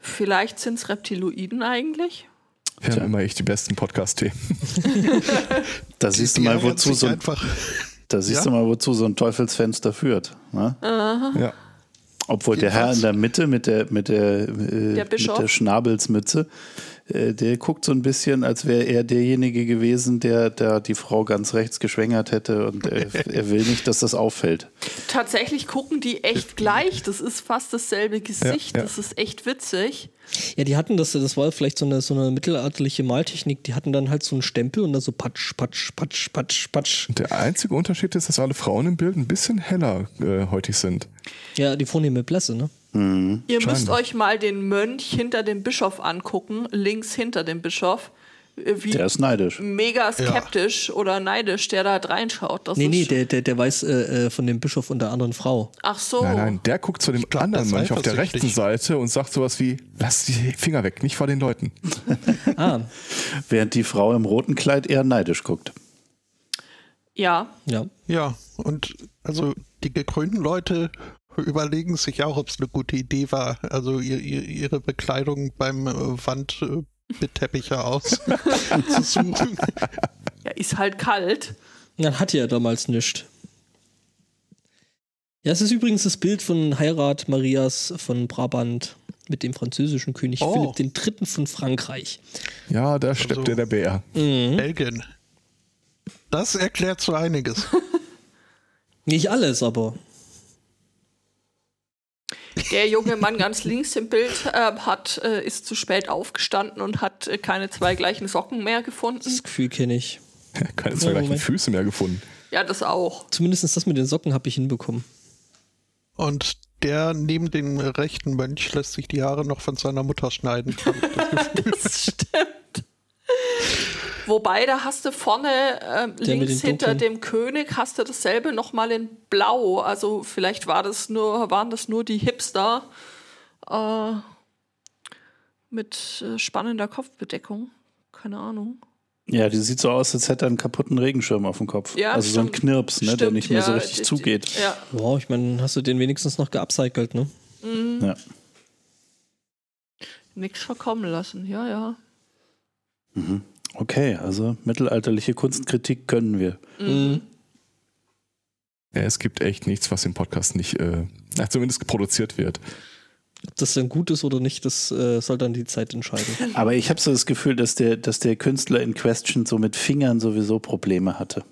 [SPEAKER 4] Vielleicht sind es Reptiloiden eigentlich.
[SPEAKER 3] Wir haben immer echt die besten Podcast-Themen.
[SPEAKER 5] Da siehst du
[SPEAKER 2] Die
[SPEAKER 5] mal,
[SPEAKER 2] ärgern
[SPEAKER 5] wozu
[SPEAKER 2] sich
[SPEAKER 5] so ein,
[SPEAKER 2] einfach.
[SPEAKER 5] da siehst
[SPEAKER 2] Ja.
[SPEAKER 5] du mal, wozu so ein Teufelsfenster führt. Ne?
[SPEAKER 4] Ah.
[SPEAKER 3] Ja.
[SPEAKER 5] Obwohl der Herr in der Mitte mit der, mit der, äh,
[SPEAKER 4] Der Bischof.
[SPEAKER 5] mit der Schnabelsmütze, äh, der guckt so ein bisschen, als wäre er derjenige gewesen, der, der die Frau ganz rechts geschwängert hätte und er,
[SPEAKER 4] *laughs*
[SPEAKER 5] er will nicht, dass das auffällt.
[SPEAKER 4] Tatsächlich gucken die echt gleich. Das ist fast dasselbe Gesicht.
[SPEAKER 3] ja.
[SPEAKER 4] Das ist echt witzig.
[SPEAKER 1] Ja, die hatten das, das war vielleicht so eine, so eine mittelalterliche Maltechnik, die hatten dann halt so einen Stempel und dann so patsch, patsch, patsch, patsch, patsch.
[SPEAKER 3] Und der einzige Unterschied ist, dass alle Frauen im Bild ein bisschen heller äh, heutig sind.
[SPEAKER 1] Ja, die vornehme Blässe, ne?
[SPEAKER 4] Ihr müsst euch mal den Mönch hinter dem Bischof angucken, links hinter dem Bischof. wie
[SPEAKER 5] Der ist neidisch.
[SPEAKER 4] mega skeptisch oder neidisch der da reinschaut. Das
[SPEAKER 1] Nee,
[SPEAKER 4] ist
[SPEAKER 1] nee, der, der, der weiß äh, äh, von dem Bischof und der anderen *laughs* Frau.
[SPEAKER 4] Ach so.
[SPEAKER 3] Nein, nein, der guckt zu dem
[SPEAKER 2] glaub,
[SPEAKER 3] anderen
[SPEAKER 2] das
[SPEAKER 3] Mönch auf der
[SPEAKER 2] eifersüchtig.
[SPEAKER 3] rechten Seite und sagt sowas wie, lass die Finger weg, nicht vor den Leuten.
[SPEAKER 1] Ah,
[SPEAKER 5] Während die Frau im roten Kleid eher neidisch guckt.
[SPEAKER 4] Ja,
[SPEAKER 1] ja.
[SPEAKER 2] Ja, und also die gekrönten Leute überlegen sich auch, ob es eine gute Idee war. Also ihr, ihr, ihre Bekleidung beim äh, Wand. Äh, *laughs* Beteppicher aus zu suchen.
[SPEAKER 4] ja ist halt kalt.
[SPEAKER 1] Dann hatte er damals nichts. Ja, es ist übrigens das Bild von Heirat Marias von Brabant mit dem französischen König
[SPEAKER 2] Oh.
[SPEAKER 1] Philipp III. von Frankreich.
[SPEAKER 3] Ja, da steppt dir der Bär. *laughs*
[SPEAKER 1] Mhm.
[SPEAKER 2] Belgien. Das erklärt so einiges.
[SPEAKER 1] Nicht alles, aber
[SPEAKER 4] Der junge Mann ganz links im Bild äh, hat, äh, ist zu spät aufgestanden und hat äh, keine zwei gleichen Socken mehr gefunden.
[SPEAKER 1] das Gefühl kenne ich.
[SPEAKER 3] Keine zwei
[SPEAKER 1] Ja,
[SPEAKER 3] gleichen
[SPEAKER 1] Moment.
[SPEAKER 3] Füße mehr gefunden.
[SPEAKER 4] Ja, das auch.
[SPEAKER 1] Zumindest das mit den Socken habe ich hinbekommen.
[SPEAKER 2] Und der neben dem rechten Mönch lässt sich die Haare noch von seiner Mutter schneiden.
[SPEAKER 4] Das stimmt. Wobei, da hast du vorne ähm,
[SPEAKER 1] mit
[SPEAKER 4] links
[SPEAKER 1] dem
[SPEAKER 4] hinter
[SPEAKER 1] Dunkeln.
[SPEAKER 4] dem König hast du dasselbe nochmal in Blau. Also vielleicht war das nur, waren das nur die Hipster äh, mit äh, spannender Kopfbedeckung. Keine Ahnung.
[SPEAKER 5] Ja, die sieht so aus, als hätte er einen kaputten Regenschirm auf dem Kopf.
[SPEAKER 4] Ja,
[SPEAKER 5] also so ein
[SPEAKER 4] stimmt.
[SPEAKER 5] Knirps, ne, der
[SPEAKER 4] Stimmt,
[SPEAKER 5] nicht mehr so
[SPEAKER 4] ja,
[SPEAKER 5] richtig
[SPEAKER 4] die- die-
[SPEAKER 5] zugeht.
[SPEAKER 4] Ja,
[SPEAKER 1] Wow, ich meine, hast du den wenigstens noch geupcycelt, ne?
[SPEAKER 4] mm.
[SPEAKER 5] Ja.
[SPEAKER 4] nichts verkommen lassen. Ja, ja.
[SPEAKER 5] Mhm. Okay, also mittelalterliche Kunstkritik können wir.
[SPEAKER 1] Mhm.
[SPEAKER 3] Ja, es gibt echt nichts, was im Podcast nicht, äh, na, zumindest geproduziert wird.
[SPEAKER 1] Ob das dann gut ist oder nicht, das äh, soll dann die Zeit *laughs* entscheiden.
[SPEAKER 5] Aber ich habe so das Gefühl, dass der, dass der Künstler in Question so mit Fingern sowieso Probleme hatte.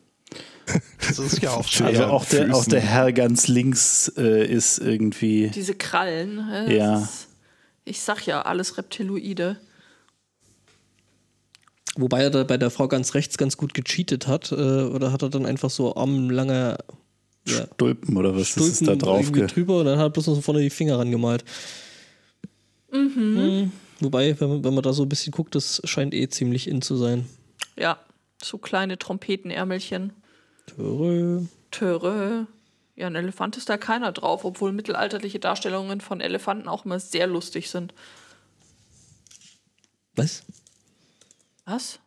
[SPEAKER 2] Das ist ja auch schön.
[SPEAKER 3] Ja,
[SPEAKER 5] Also auch der, auch
[SPEAKER 3] Füßen.
[SPEAKER 5] der Herr ganz links äh, ist irgendwie.
[SPEAKER 4] Diese Krallen. äh, das
[SPEAKER 5] Ja.
[SPEAKER 4] Ist, ich sag ja, alles Reptiloide.
[SPEAKER 1] Wobei er da bei der Frau ganz rechts ganz gut gecheatet hat, äh, oder hat er dann einfach so armlange ja,
[SPEAKER 5] Stulpen oder was ist es da drauf?
[SPEAKER 1] irgendwie
[SPEAKER 5] ge-
[SPEAKER 1] drüber und dann hat er bloß noch so vorne die Finger rangemalt. Mhm. Wobei, wenn man, wenn man da so ein bisschen guckt, das scheint eh ziemlich in zu sein.
[SPEAKER 4] Ja, so kleine Trompetenärmelchen.
[SPEAKER 1] Törö.
[SPEAKER 4] Töre. Ja, ein Elefant ist da keiner drauf, obwohl mittelalterliche Darstellungen von Elefanten auch immer sehr lustig sind.
[SPEAKER 1] Was?
[SPEAKER 4] Was?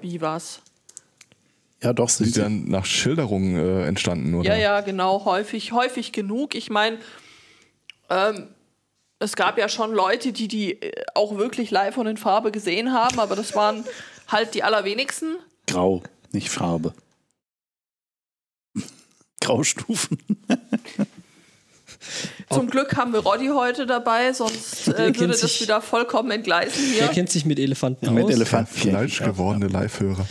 [SPEAKER 4] Wie was?
[SPEAKER 5] Ja, doch,
[SPEAKER 3] Die
[SPEAKER 5] sind sie.
[SPEAKER 3] dann nach Schilderungen äh, entstanden, oder?
[SPEAKER 4] Ja, ja, genau, häufig, häufig genug. Ich meine, ähm, es gab ja schon Leute, die die äh, auch wirklich live und in Farbe gesehen haben, aber das waren halt die allerwenigsten.
[SPEAKER 5] grau, nicht Farbe. *laughs* Graustufen.
[SPEAKER 4] Zum Glück haben wir Roddy heute dabei, sonst äh,
[SPEAKER 1] kennt
[SPEAKER 4] würde das
[SPEAKER 1] sich-
[SPEAKER 4] wieder vollkommen entgleisen
[SPEAKER 1] Er
[SPEAKER 4] hier.
[SPEAKER 1] kennt sich mit Elefanten
[SPEAKER 5] Mit
[SPEAKER 1] aus.
[SPEAKER 5] Elef-
[SPEAKER 3] Fleisch gewordene Live-Hörer.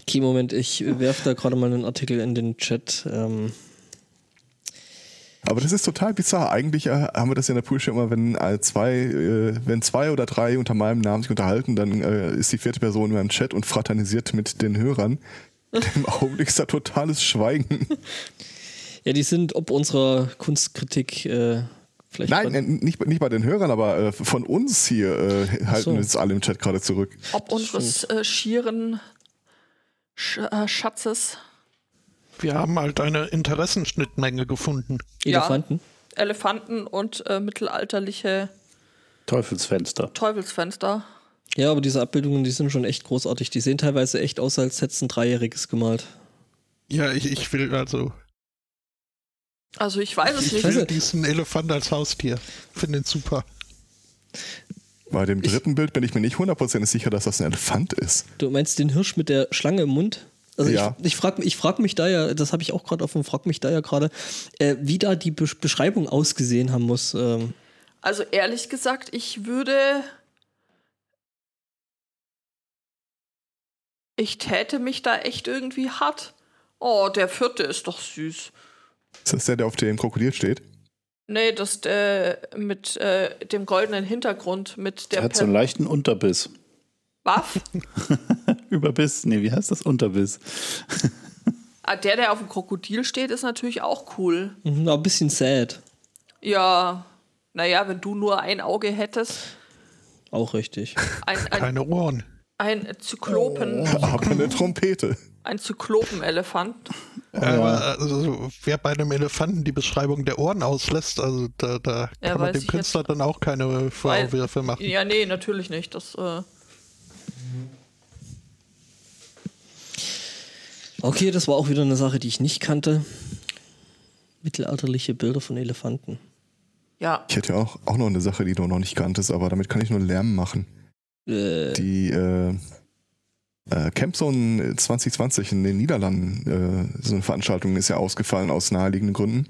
[SPEAKER 1] okay, Moment, ich werfe da gerade mal einen Artikel in den Chat. Ähm,
[SPEAKER 3] Aber das ist total bizarr. Eigentlich äh, haben wir das ja in der Poolshow immer, wenn äh, zwei, äh, wenn zwei oder drei unter meinem Namen sich unterhalten, dann äh, ist die vierte Person immer im Chat und fraternisiert mit den *laughs* Hörern. Im Augenblick ist da totales Schweigen.
[SPEAKER 1] ja, die sind ob unserer Kunstkritik äh, vielleicht.
[SPEAKER 3] Nein, äh, nicht, nicht bei den Hörern, aber äh, von uns hier äh, halten
[SPEAKER 1] so.
[SPEAKER 3] uns alle im Chat gerade zurück.
[SPEAKER 4] Ob unseres äh, schieren Sch äh, Schatzes
[SPEAKER 2] Wir haben halt eine Interessenschnittmenge gefunden.
[SPEAKER 4] Ja.
[SPEAKER 1] Elefanten.
[SPEAKER 4] Elefanten und äh, mittelalterliche
[SPEAKER 5] Teufelsfenster.
[SPEAKER 4] Teufelsfenster.
[SPEAKER 1] Ja. aber diese Abbildungen, die sind schon echt großartig. Die sehen teilweise echt aus, als hättest ein Dreijähriges gemalt.
[SPEAKER 2] Ja, ich, ich will also
[SPEAKER 4] Also ich weiß es
[SPEAKER 2] ich
[SPEAKER 4] nicht.
[SPEAKER 1] weiß
[SPEAKER 2] will
[SPEAKER 1] nicht.
[SPEAKER 2] diesen Elefant als Haustier. Finde ihn super.
[SPEAKER 3] Bei dem dritten Bild bin ich mir nicht hundertprozentig sicher, dass das ein Elefant ist.
[SPEAKER 1] Du meinst den Hirsch mit der Schlange im Mund? Also
[SPEAKER 3] Ja.
[SPEAKER 1] ich, ich frage ich frag mich da ja, das habe ich auch gerade offen, frag mich da ja gerade, äh, wie da die Be Beschreibung ausgesehen haben muss. Ähm,
[SPEAKER 4] Also ehrlich gesagt, ich würde. Ich täte mich da echt irgendwie hart. Oh, der vierte ist doch süß.
[SPEAKER 3] Ist das der, der auf dem Krokodil steht?
[SPEAKER 4] Nee, das äh, mit äh, dem goldenen Hintergrund, mit
[SPEAKER 5] Der
[SPEAKER 4] der
[SPEAKER 5] hat so einen leichten Unterbiss.
[SPEAKER 4] Buff.
[SPEAKER 5] Überbiss, nee, wie heißt das? Unterbiss.
[SPEAKER 4] Ah, der, der auf dem Krokodil steht, ist natürlich auch cool.
[SPEAKER 1] mhm, aber ein bisschen sad.
[SPEAKER 4] Ja, naja, wenn du nur ein Auge hättest.
[SPEAKER 1] Auch
[SPEAKER 3] *laughs*
[SPEAKER 1] richtig.
[SPEAKER 4] Ein, ein,
[SPEAKER 2] Keine Ohren.
[SPEAKER 4] ein Zyklopen,
[SPEAKER 3] Aber *laughs* eine Trompete.
[SPEAKER 4] ein Zyklopenelefant.
[SPEAKER 2] Aber also, wer bei einem Elefanten die Beschreibung der Ohren auslässt, also da, da kann
[SPEAKER 4] Ja, weiß
[SPEAKER 2] man dem
[SPEAKER 4] ich
[SPEAKER 2] Künstler dann auch keine Vorwürfe machen.
[SPEAKER 4] Ja, nee, natürlich nicht. Das, äh,
[SPEAKER 1] Okay, das war auch wieder eine Sache, die ich nicht kannte. Mittelalterliche Bilder von Elefanten.
[SPEAKER 4] ja.
[SPEAKER 3] Ich hätte ja auch, auch noch eine Sache, die du noch nicht kanntest, aber damit kann ich nur Lärm machen.
[SPEAKER 1] Äh,
[SPEAKER 3] Die äh, äh, Campzone 2020 in den Niederlanden, äh, so eine Veranstaltung ist ja ausgefallen aus naheliegenden Gründen.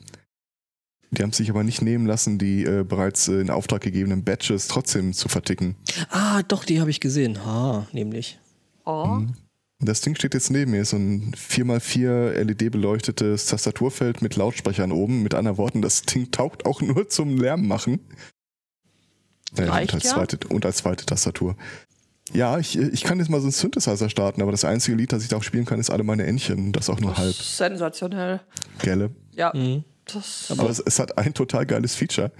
[SPEAKER 3] Die haben sich aber nicht nehmen lassen, die äh, bereits äh, in Auftrag gegebenen Badges trotzdem zu verticken.
[SPEAKER 1] ah, doch, die habe ich gesehen. Ha, nämlich.
[SPEAKER 4] Oh.
[SPEAKER 3] Mhm. Das Ding steht jetzt neben mir, so ein 4x4 LED-beleuchtetes E Tastaturfeld mit Lautsprechern oben. Mit anderen Worten, das Ding taugt auch nur zum Lärm machen. Naja,
[SPEAKER 4] Reicht
[SPEAKER 3] und, als
[SPEAKER 4] ja.
[SPEAKER 3] zweite, und als zweite Tastatur. Ja, ich, ich kann jetzt mal so einen Synthesizer starten, aber das einzige Lied, das ich da auch spielen kann, ist Alle meine Entchen. Und Das auch nur
[SPEAKER 4] Das
[SPEAKER 3] halb,
[SPEAKER 4] ist sensationell.
[SPEAKER 3] gelle.
[SPEAKER 4] Ja,
[SPEAKER 1] Mhm.
[SPEAKER 4] das.
[SPEAKER 3] Aber es, es hat ein total geiles Feature.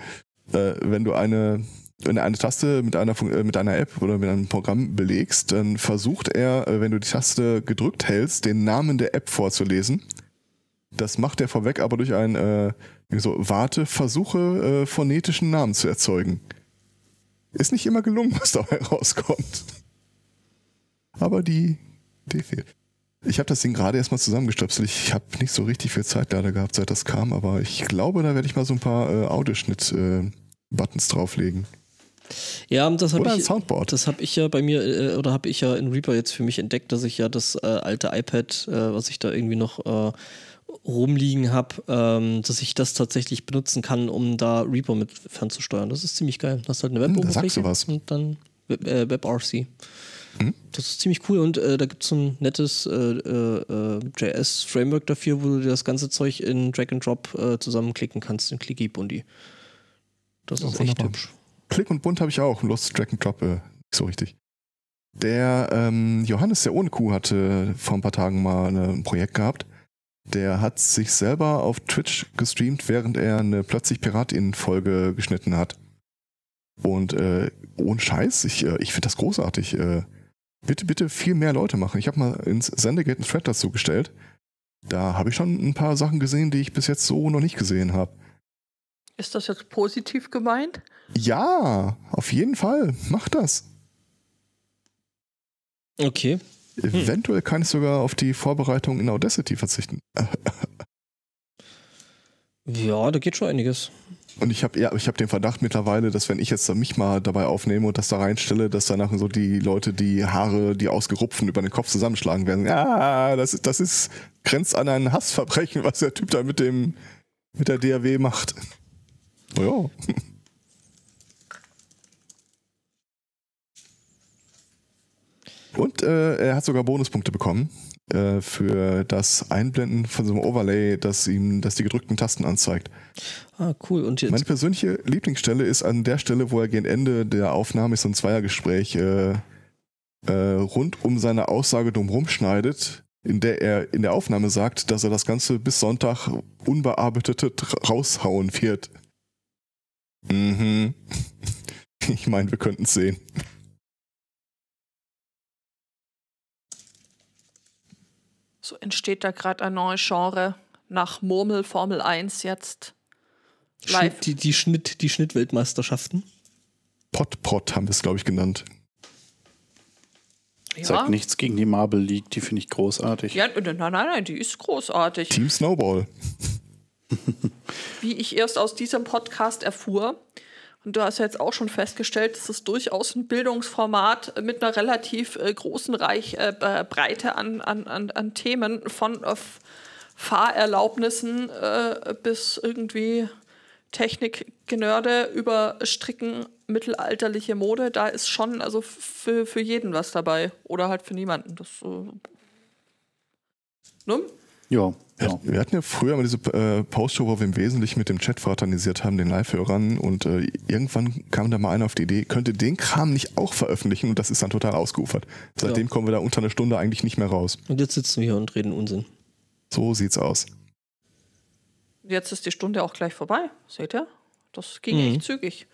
[SPEAKER 3] Äh, wenn du eine, wenn du eine Taste mit einer, Fun- äh, mit einer App oder mit einem Programm belegst, dann versucht er, äh, wenn du die Taste gedrückt hältst, den Namen der App vorzulesen. Das macht er vorweg aber durch ein äh, so Warte, versuche äh, phonetischen Namen zu erzeugen. Ist nicht immer gelungen, *laughs* was dabei rauskommt. Aber die Idee fehlt. Ich habe das Ding gerade erstmal zusammengestöpselt. Ich habe nicht so richtig viel Zeit leider gehabt, seit das kam, aber ich glaube, da werde ich mal so ein paar äh, Audioschnitt-Buttons drauflegen.
[SPEAKER 1] Ja, und das habe
[SPEAKER 3] Oder ein
[SPEAKER 1] ich.
[SPEAKER 3] Soundboard.
[SPEAKER 1] Das habe ich ja bei mir, äh, oder habe ich ja in Reaper jetzt für mich entdeckt, dass ich ja das äh, alte iPad, äh, was ich da irgendwie noch äh, rumliegen habe, ähm, dass ich das tatsächlich benutzen kann, um da Reaper mit fernzusteuern. Das ist ziemlich geil. Hast halt eine
[SPEAKER 3] Hm, da
[SPEAKER 1] Web-Oberfläche
[SPEAKER 3] sagst du was. Hm?
[SPEAKER 1] und dann Web- äh, WebRC. Das ist ziemlich cool und äh, da gibt es so ein nettes äh, äh, äh, JS-Framework dafür, wo du dir das ganze Zeug in Drag and Drop äh, zusammenklicken kannst in Clicky Bundi. Das
[SPEAKER 3] Ja,
[SPEAKER 1] ist echt
[SPEAKER 3] wunderbar.
[SPEAKER 1] hübsch.
[SPEAKER 3] Klick und Bunt habe ich auch. Lost Drag and Drop, äh, nicht so richtig. Der ähm, Johannes, der ohne Kuh, hatte vor ein paar Tagen mal äh, ein Projekt gehabt. Der hat sich selber auf Twitch gestreamt, während er eine plötzlich Piratin-Folge geschnitten hat. Und äh, ohne Scheiß, ich, äh, ich finde das großartig. Äh, bitte, bitte viel mehr Leute machen. Ich habe mal ins Sendegate einen Thread dazu gestellt. Da habe ich schon ein paar Sachen gesehen, die ich bis jetzt so noch nicht gesehen habe.
[SPEAKER 4] Ist das jetzt positiv gemeint?
[SPEAKER 3] Ja, auf jeden Fall. Mach das.
[SPEAKER 1] Okay.
[SPEAKER 3] Eventuell kann ich sogar auf die Vorbereitung in Audacity verzichten.
[SPEAKER 1] Ja, da geht schon einiges.
[SPEAKER 3] Und ich habe ja, ich hab den Verdacht mittlerweile, dass wenn ich jetzt da mich mal dabei aufnehme und das da reinstelle, dass danach so die Leute die Haare, die ausgerupfen über den Kopf zusammenschlagen werden. Ja, das, ist- das ist grenzt an ein Hassverbrechen, was der Typ da mit dem mit der DAW macht. Ja. Und äh, er hat sogar Bonuspunkte bekommen äh, für das Einblenden von so einem Overlay, das ihm, das die gedrückten Tasten anzeigt.
[SPEAKER 1] Ah, cool. Und jetzt,
[SPEAKER 3] Meine persönliche Lieblingsstelle ist an der Stelle, wo er gegen Ende der Aufnahme ist so ein Zweiergespräch äh, äh, rund um seine Aussage drumherum schneidet, in der er in der Aufnahme sagt, dass er das Ganze bis Sonntag unbearbeitete dr- raushauen wird. Mhm. *laughs* Ich meine, wir könnten es sehen.
[SPEAKER 4] So entsteht da gerade ein neues Genre nach Murmel Formel 1 jetzt. Live.
[SPEAKER 1] Schnitt, die, die, Schnitt, die Schnittweltmeisterschaften.
[SPEAKER 3] Potpot haben wir es, glaube ich, genannt.
[SPEAKER 5] Sagt
[SPEAKER 4] Ja.
[SPEAKER 5] nichts gegen die Marble League, die finde ich großartig.
[SPEAKER 4] ja, nein, nein, nein, die ist großartig.
[SPEAKER 3] Team Snowball.
[SPEAKER 4] Wie ich erst aus diesem Podcast erfuhr, und du hast ja jetzt auch schon festgestellt, es ist durchaus ein Bildungsformat mit einer relativ äh, großen Reich, äh, äh, Breite an, an, an, an Themen von äh, F- Fahrerlaubnissen äh, bis irgendwie Technikgenörde über Stricken, mittelalterliche Mode. Da ist schon also f- für, für jeden was dabei oder halt für niemanden. Das, äh, ne?
[SPEAKER 5] Ja, ja.
[SPEAKER 3] Wir hatten ja früher mal diese äh, Postshow, wo wir im Wesentlichen mit dem Chat fraternisiert haben, den Live-Hörern. Und äh, irgendwann kam da mal einer auf die Idee, könnte den Kram nicht auch veröffentlichen? Und das ist dann total ausgeufert. Seitdem kommen wir da unter einer Stunde eigentlich nicht mehr raus.
[SPEAKER 1] Und jetzt sitzen wir hier und reden Unsinn.
[SPEAKER 3] So sieht's aus.
[SPEAKER 4] Jetzt ist die Stunde auch gleich vorbei. Seht ihr? Das ging
[SPEAKER 1] Mhm.
[SPEAKER 4] echt zügig.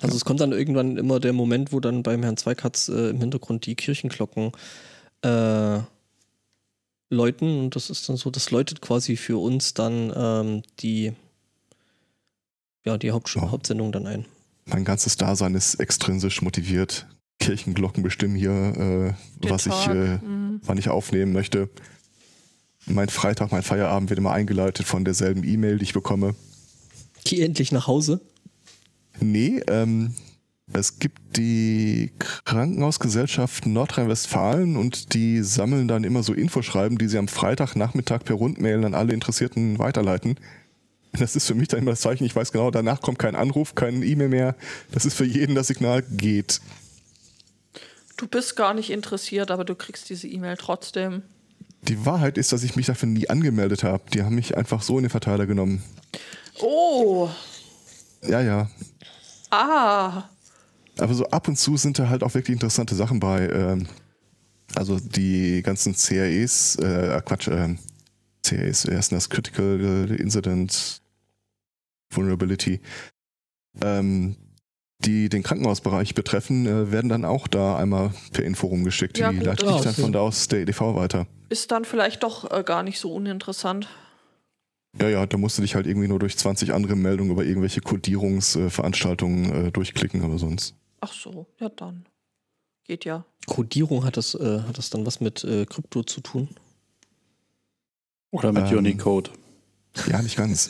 [SPEAKER 1] Also es kommt dann irgendwann immer der Moment, wo dann beim Herrn Zweikatz äh, im Hintergrund die Kirchenglocken äh, läuten und das ist dann so, das läutet quasi für uns dann ähm, die, ja, die Haupt
[SPEAKER 3] Ja.
[SPEAKER 1] Hauptsendung dann ein.
[SPEAKER 3] Mein ganzes Dasein ist extrinsisch motiviert. Kirchenglocken bestimmen hier, äh,
[SPEAKER 4] Der
[SPEAKER 3] was ich,
[SPEAKER 4] Tag.
[SPEAKER 3] äh,
[SPEAKER 4] Mhm.
[SPEAKER 3] wann ich aufnehmen möchte. Mein Freitag, mein Feierabend wird immer eingeleitet von derselben E-Mail, die ich bekomme.
[SPEAKER 1] Geh endlich nach Hause.
[SPEAKER 3] Nee, ähm, es gibt die Krankenhausgesellschaft Nordrhein-Westfalen und die sammeln dann immer so Infoschreiben, die sie am Freitagnachmittag per Rundmail an alle Interessierten weiterleiten. Das ist für mich dann immer das Zeichen, ich weiß genau, danach kommt kein Anruf, kein E-Mail mehr. Das ist für jeden das Signal, geht.
[SPEAKER 4] Du bist gar nicht interessiert, aber du kriegst diese E-Mail trotzdem.
[SPEAKER 3] Die Wahrheit ist, dass ich mich dafür nie angemeldet habe. Die haben mich einfach so in den Verteiler genommen.
[SPEAKER 4] Oh,
[SPEAKER 3] Ja, ja.
[SPEAKER 4] ah,
[SPEAKER 3] Aber so ab und zu sind da halt auch wirklich interessante Sachen bei. Ähm, also die ganzen CREs, äh, Quatsch, ähm, CREs, wie heißt denn das? Critical Incident Vulnerability, ähm, die den Krankenhausbereich betreffen, äh, werden dann auch da einmal per Info rumgeschickt.
[SPEAKER 4] Ja,
[SPEAKER 3] die
[SPEAKER 4] gut,
[SPEAKER 3] leitet
[SPEAKER 1] das
[SPEAKER 3] ich dann
[SPEAKER 1] ist-
[SPEAKER 3] von da aus der EDV weiter.
[SPEAKER 4] ist dann vielleicht doch äh, gar nicht so uninteressant.
[SPEAKER 3] Ja, ja, da musst du dich halt irgendwie nur durch 20 andere Meldungen über irgendwelche Codierungsveranstaltungen äh, durchklicken, aber sonst.
[SPEAKER 4] Ach so, ja dann. Geht ja.
[SPEAKER 1] Codierung hat das, äh, hat das dann was mit äh, Krypto zu tun?
[SPEAKER 5] Oder mit
[SPEAKER 3] Ähm,
[SPEAKER 5] Unicode.
[SPEAKER 3] Ja, nicht ganz.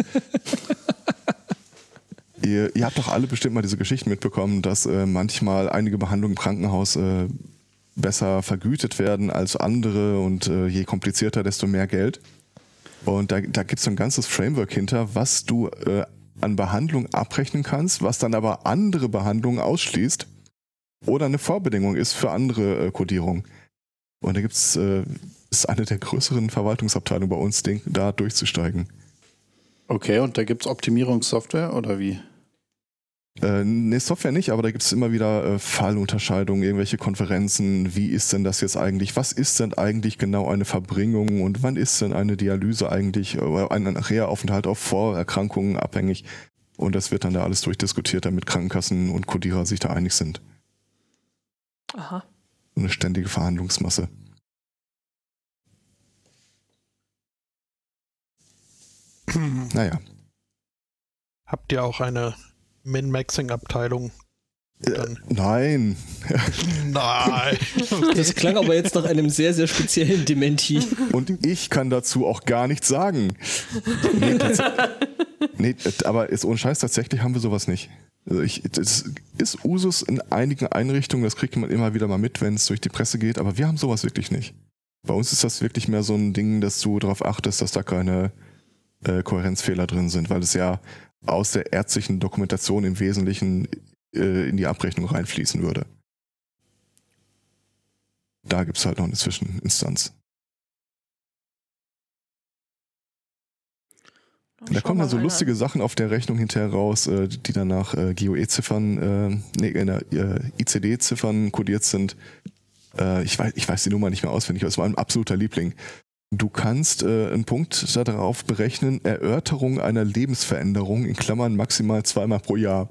[SPEAKER 3] ihr, ihr habt doch alle bestimmt mal diese Geschichten mitbekommen, dass äh, manchmal einige Behandlungen im Krankenhaus äh, besser vergütet werden als andere und äh, je komplizierter, desto mehr Geld. Und da, da gibt es so ein ganzes Framework hinter, was du äh, an Behandlung abrechnen kannst, was dann aber andere Behandlungen ausschließt oder eine Vorbedingung ist für andere äh, Codierungen. Und da gibt es, äh, ist eine der größeren Verwaltungsabteilungen bei uns, den, da durchzusteigen.
[SPEAKER 5] Okay, und da gibt es Optimierungssoftware oder wie?
[SPEAKER 3] Äh, nee, Software nicht, aber da gibt es immer wieder äh, Fallunterscheidungen, irgendwelche Konferenzen. Wie ist denn das jetzt eigentlich? Was ist denn eigentlich genau eine Verbringung und wann ist denn eine Dialyse eigentlich, äh, ein ein Reha-Aufenthalt auf Vorerkrankungen abhängig? Und das wird dann da alles durchdiskutiert, damit Krankenkassen und Kodierer sich da einig sind.
[SPEAKER 4] Aha.
[SPEAKER 3] Eine ständige Verhandlungsmasse. Naja.
[SPEAKER 2] *clears throat* Habt ihr auch eine Min-Maxing-Abteilung?
[SPEAKER 3] Äh,
[SPEAKER 2] Dann- *laughs*
[SPEAKER 3] nein.
[SPEAKER 2] Nein.
[SPEAKER 1] Das klang aber jetzt nach einem sehr, sehr speziellen Dementi.
[SPEAKER 3] Und ich kann dazu auch gar nichts sagen. Nee, tats- nee t- aber ist ohne Scheiß, tatsächlich haben wir sowas nicht. Also ich, das ist Usus in einigen Einrichtungen, das kriegt man immer wieder mal mit, wenn es durch die Presse geht, aber wir haben sowas wirklich nicht. Bei uns ist das wirklich mehr so ein Ding, dass du darauf achtest, dass da keine äh, Kohärenzfehler drin sind, weil es ja aus der ärztlichen Dokumentation im Wesentlichen äh, in die Abrechnung reinfließen würde. Da gibt es halt noch eine Zwischeninstanz.
[SPEAKER 4] Dann
[SPEAKER 3] Da
[SPEAKER 4] schau
[SPEAKER 3] kommen
[SPEAKER 4] mal
[SPEAKER 3] dann so
[SPEAKER 4] einer.
[SPEAKER 3] lustige Sachen auf der Rechnung hinterher raus, äh, die dann nach äh, GOE-Ziffern, äh, nee, äh, ICD-Ziffern kodiert sind. Äh, ich, weiß, ich weiß die Nummer nicht mehr auswendig, aber es war ein absoluter Liebling. Du kannst äh, einen Punkt darauf berechnen, Erörterung einer Lebensveränderung, in Klammern maximal zweimal pro Jahr.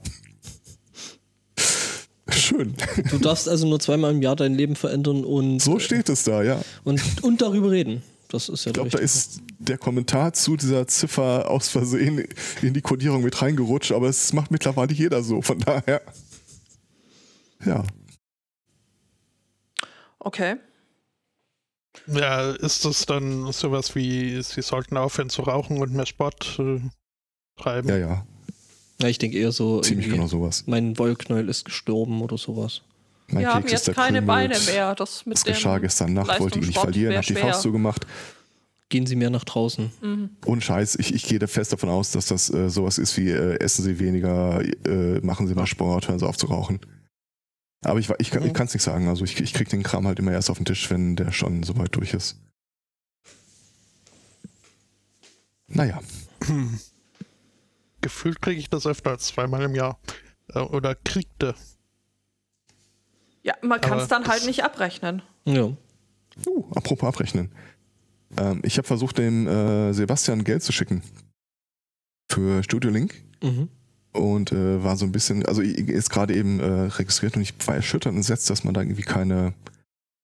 [SPEAKER 3] *laughs* Schön.
[SPEAKER 1] Du darfst also nur zweimal im Jahr dein Leben verändern und,
[SPEAKER 3] So steht es da, ja.
[SPEAKER 1] und, und darüber reden. Das ist ja
[SPEAKER 3] Ich glaube, da ist der Kommentar zu dieser Ziffer aus Versehen in die Codierung mit reingerutscht, aber es macht mittlerweile jeder so, von daher. Ja.
[SPEAKER 4] Okay.
[SPEAKER 2] ja, ist das dann sowas wie, sie sollten aufhören zu rauchen und mehr Sport äh, treiben?
[SPEAKER 3] Ja, ja.
[SPEAKER 1] Ja, ich denke eher so,
[SPEAKER 3] Ziemlich
[SPEAKER 1] irgendwie,
[SPEAKER 3] genau sowas.
[SPEAKER 1] mein Wollknäuel ist gestorben oder sowas.
[SPEAKER 3] Mein
[SPEAKER 4] Wir haben
[SPEAKER 3] Keks ist
[SPEAKER 4] jetzt
[SPEAKER 3] der
[SPEAKER 4] keine
[SPEAKER 3] Krümel.
[SPEAKER 4] Beine mehr. Das mit
[SPEAKER 3] Das
[SPEAKER 4] dem
[SPEAKER 3] geschah gestern Nacht, wollte ich nicht
[SPEAKER 4] Leistungssport
[SPEAKER 3] verlieren,
[SPEAKER 4] wär
[SPEAKER 3] hab die
[SPEAKER 4] schwer.
[SPEAKER 3] Faust zugemacht.
[SPEAKER 1] Gehen Sie mehr nach draußen.
[SPEAKER 4] Mhm.
[SPEAKER 3] Ohne Scheiß, ich, ich gehe da fest davon aus, dass das äh, sowas ist wie äh, essen Sie weniger, äh, machen Sie mal Sport, hören Sie auf zu rauchen. Aber ich, wa- ich, kann- ich kann es nicht sagen. Also ich, ich kriege den Kram halt immer erst auf den Tisch, wenn der schon soweit durch ist. Naja,
[SPEAKER 2] Hm. *clears throat* Gefühlt kriege ich das öfter als zweimal im Jahr. Äh, Oder kriegte.
[SPEAKER 4] Ja, man kann es
[SPEAKER 2] Aber
[SPEAKER 4] dann halt
[SPEAKER 2] das-
[SPEAKER 4] nicht abrechnen.
[SPEAKER 1] Ja.
[SPEAKER 3] uh, apropos abrechnen. Ähm, ich habe versucht, dem äh, Sebastian Geld zu schicken. Für Studio Link.
[SPEAKER 1] Mhm.
[SPEAKER 3] und äh, war so ein bisschen, also ich- ist gerade eben äh, registriert und ich war erschüttert und entsetzt, dass man da irgendwie keine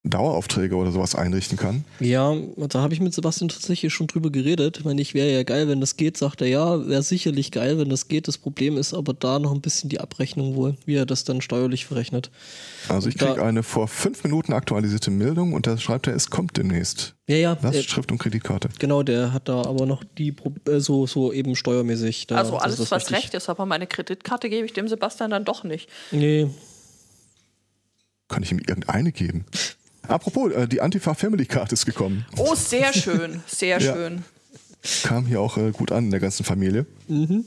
[SPEAKER 3] Daueraufträge oder sowas einrichten kann.
[SPEAKER 1] Ja, da habe ich mit Sebastian tatsächlich schon drüber geredet. Ich meine, ich wäre ja geil, wenn das geht, sagt er ja, wäre sicherlich geil, wenn das geht. Das Problem ist aber da noch ein bisschen die Abrechnung wohl, wie er das dann steuerlich verrechnet.
[SPEAKER 3] Also ich
[SPEAKER 1] Da-
[SPEAKER 3] kriege eine vor fünf Minuten aktualisierte Meldung und da schreibt er, es kommt demnächst.
[SPEAKER 1] Ja, ja, äh,
[SPEAKER 3] Lastschrift und Kreditkarte.
[SPEAKER 1] genau, der hat da aber noch die, Pro äh, so, so eben steuermäßig. Da,
[SPEAKER 4] also
[SPEAKER 1] das
[SPEAKER 4] alles,
[SPEAKER 1] ist
[SPEAKER 4] was
[SPEAKER 1] richtig.
[SPEAKER 4] recht ist, aber meine Kreditkarte gebe ich dem Sebastian dann doch nicht.
[SPEAKER 1] Nee,
[SPEAKER 3] Kann ich ihm irgendeine geben? Apropos, äh, die Antifa Family Card ist gekommen.
[SPEAKER 4] Oh, sehr *laughs* schön, sehr
[SPEAKER 3] Ja.
[SPEAKER 4] schön.
[SPEAKER 3] Kam hier auch äh, gut an in der ganzen Familie. Und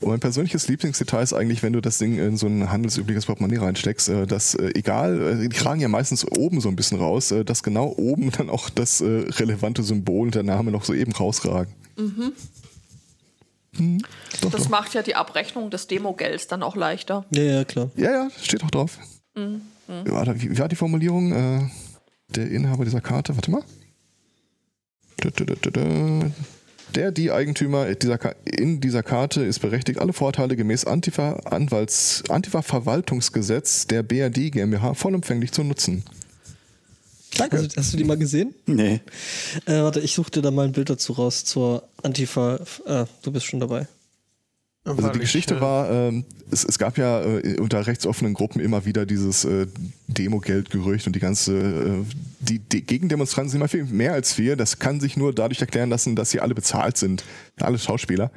[SPEAKER 3] mein persönliches Lieblingsdetail ist eigentlich, wenn du das Ding in so ein handelsübliches Portemonnaie reinsteckst, äh, dass äh, egal, äh, die tragen ja meistens oben so ein bisschen raus, äh, dass genau oben dann auch das äh, relevante Symbol und der Name noch soeben rausragen. Mhm. Doch,
[SPEAKER 4] Das
[SPEAKER 3] doch.
[SPEAKER 4] macht ja die Abrechnung des Demogelds dann auch leichter.
[SPEAKER 1] ja, ja, klar.
[SPEAKER 3] Ja, ja, steht auch drauf. Ja, da, wie wie war die Formulierung? Äh, der Inhaber dieser Karte, warte mal. Da, da, da, da, da. Der, die Eigentümer dieser Ka- in dieser Karte ist berechtigt, alle Vorteile gemäß Antifa- Anwalts- Antifa-Verwaltungsgesetz der BRD GmbH vollumfänglich zu nutzen.
[SPEAKER 1] Danke. Also, hast du die mal gesehen?
[SPEAKER 5] Nee.
[SPEAKER 1] Äh, warte, ich suche dir da mal ein Bild dazu raus zur Antifa. f- Ah, du bist schon dabei.
[SPEAKER 3] Also die Geschichte
[SPEAKER 2] äh,
[SPEAKER 3] war, ähm, es, es gab ja äh, unter rechtsoffenen Gruppen immer wieder dieses äh, Demogeld-Gerücht und die ganze, äh, die, die Gegendemonstranten sind immer viel mehr als wir. Das kann sich nur dadurch erklären lassen, dass sie alle bezahlt sind, alle Schauspieler.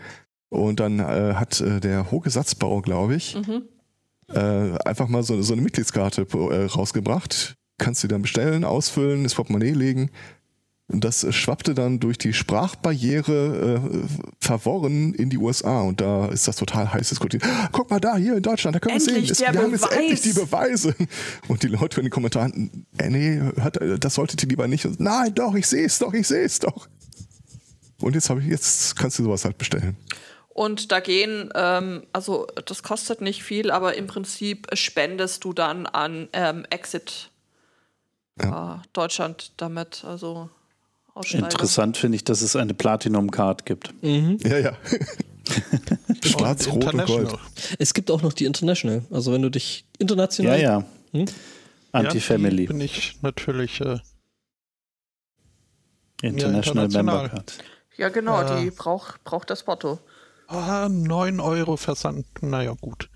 [SPEAKER 3] Und dann äh, hat äh, der Hohe Satzbau, glaube ich, äh, einfach mal so, so eine Mitgliedskarte äh, rausgebracht. Kannst du dann bestellen, ausfüllen, ins Portemonnaie legen. Und das äh, schwappte dann durch die Sprachbarriere äh, verworren in die USA und da ist das total heiß diskutiert. Ah, Guck mal da, hier in Deutschland, da können wir sehen,
[SPEAKER 4] Endlich
[SPEAKER 3] es, wir
[SPEAKER 4] der
[SPEAKER 3] haben jetzt
[SPEAKER 4] Beweis.
[SPEAKER 3] endlich die Beweise. Und die Leute in den Kommentaren, äh, nee, hört, äh, das solltet ihr lieber nicht. Und, Nein, doch, ich sehe es doch, ich sehe es doch. Und jetzt, hab ich, jetzt kannst du sowas halt bestellen.
[SPEAKER 4] Und da gehen, ähm, also das kostet nicht viel, aber im Prinzip spendest du dann an ähm, Exit äh, Deutschland damit, also Aussteiger.
[SPEAKER 5] Interessant finde ich, dass es eine Platinum-Card gibt.
[SPEAKER 3] Ja, ja. Schwarz, Rot und Gold.
[SPEAKER 1] Es gibt auch noch die International. Also, wenn du dich international.
[SPEAKER 5] Ja, ja.
[SPEAKER 1] Hm?
[SPEAKER 5] Anti-Family.
[SPEAKER 2] Bin ich natürlich. Äh,
[SPEAKER 5] International,
[SPEAKER 2] international.
[SPEAKER 5] Member Card.
[SPEAKER 4] Ja, genau,
[SPEAKER 2] Ja.
[SPEAKER 4] die braucht braucht das Porto.
[SPEAKER 2] ah, 9 Euro Versand. Naja, gut.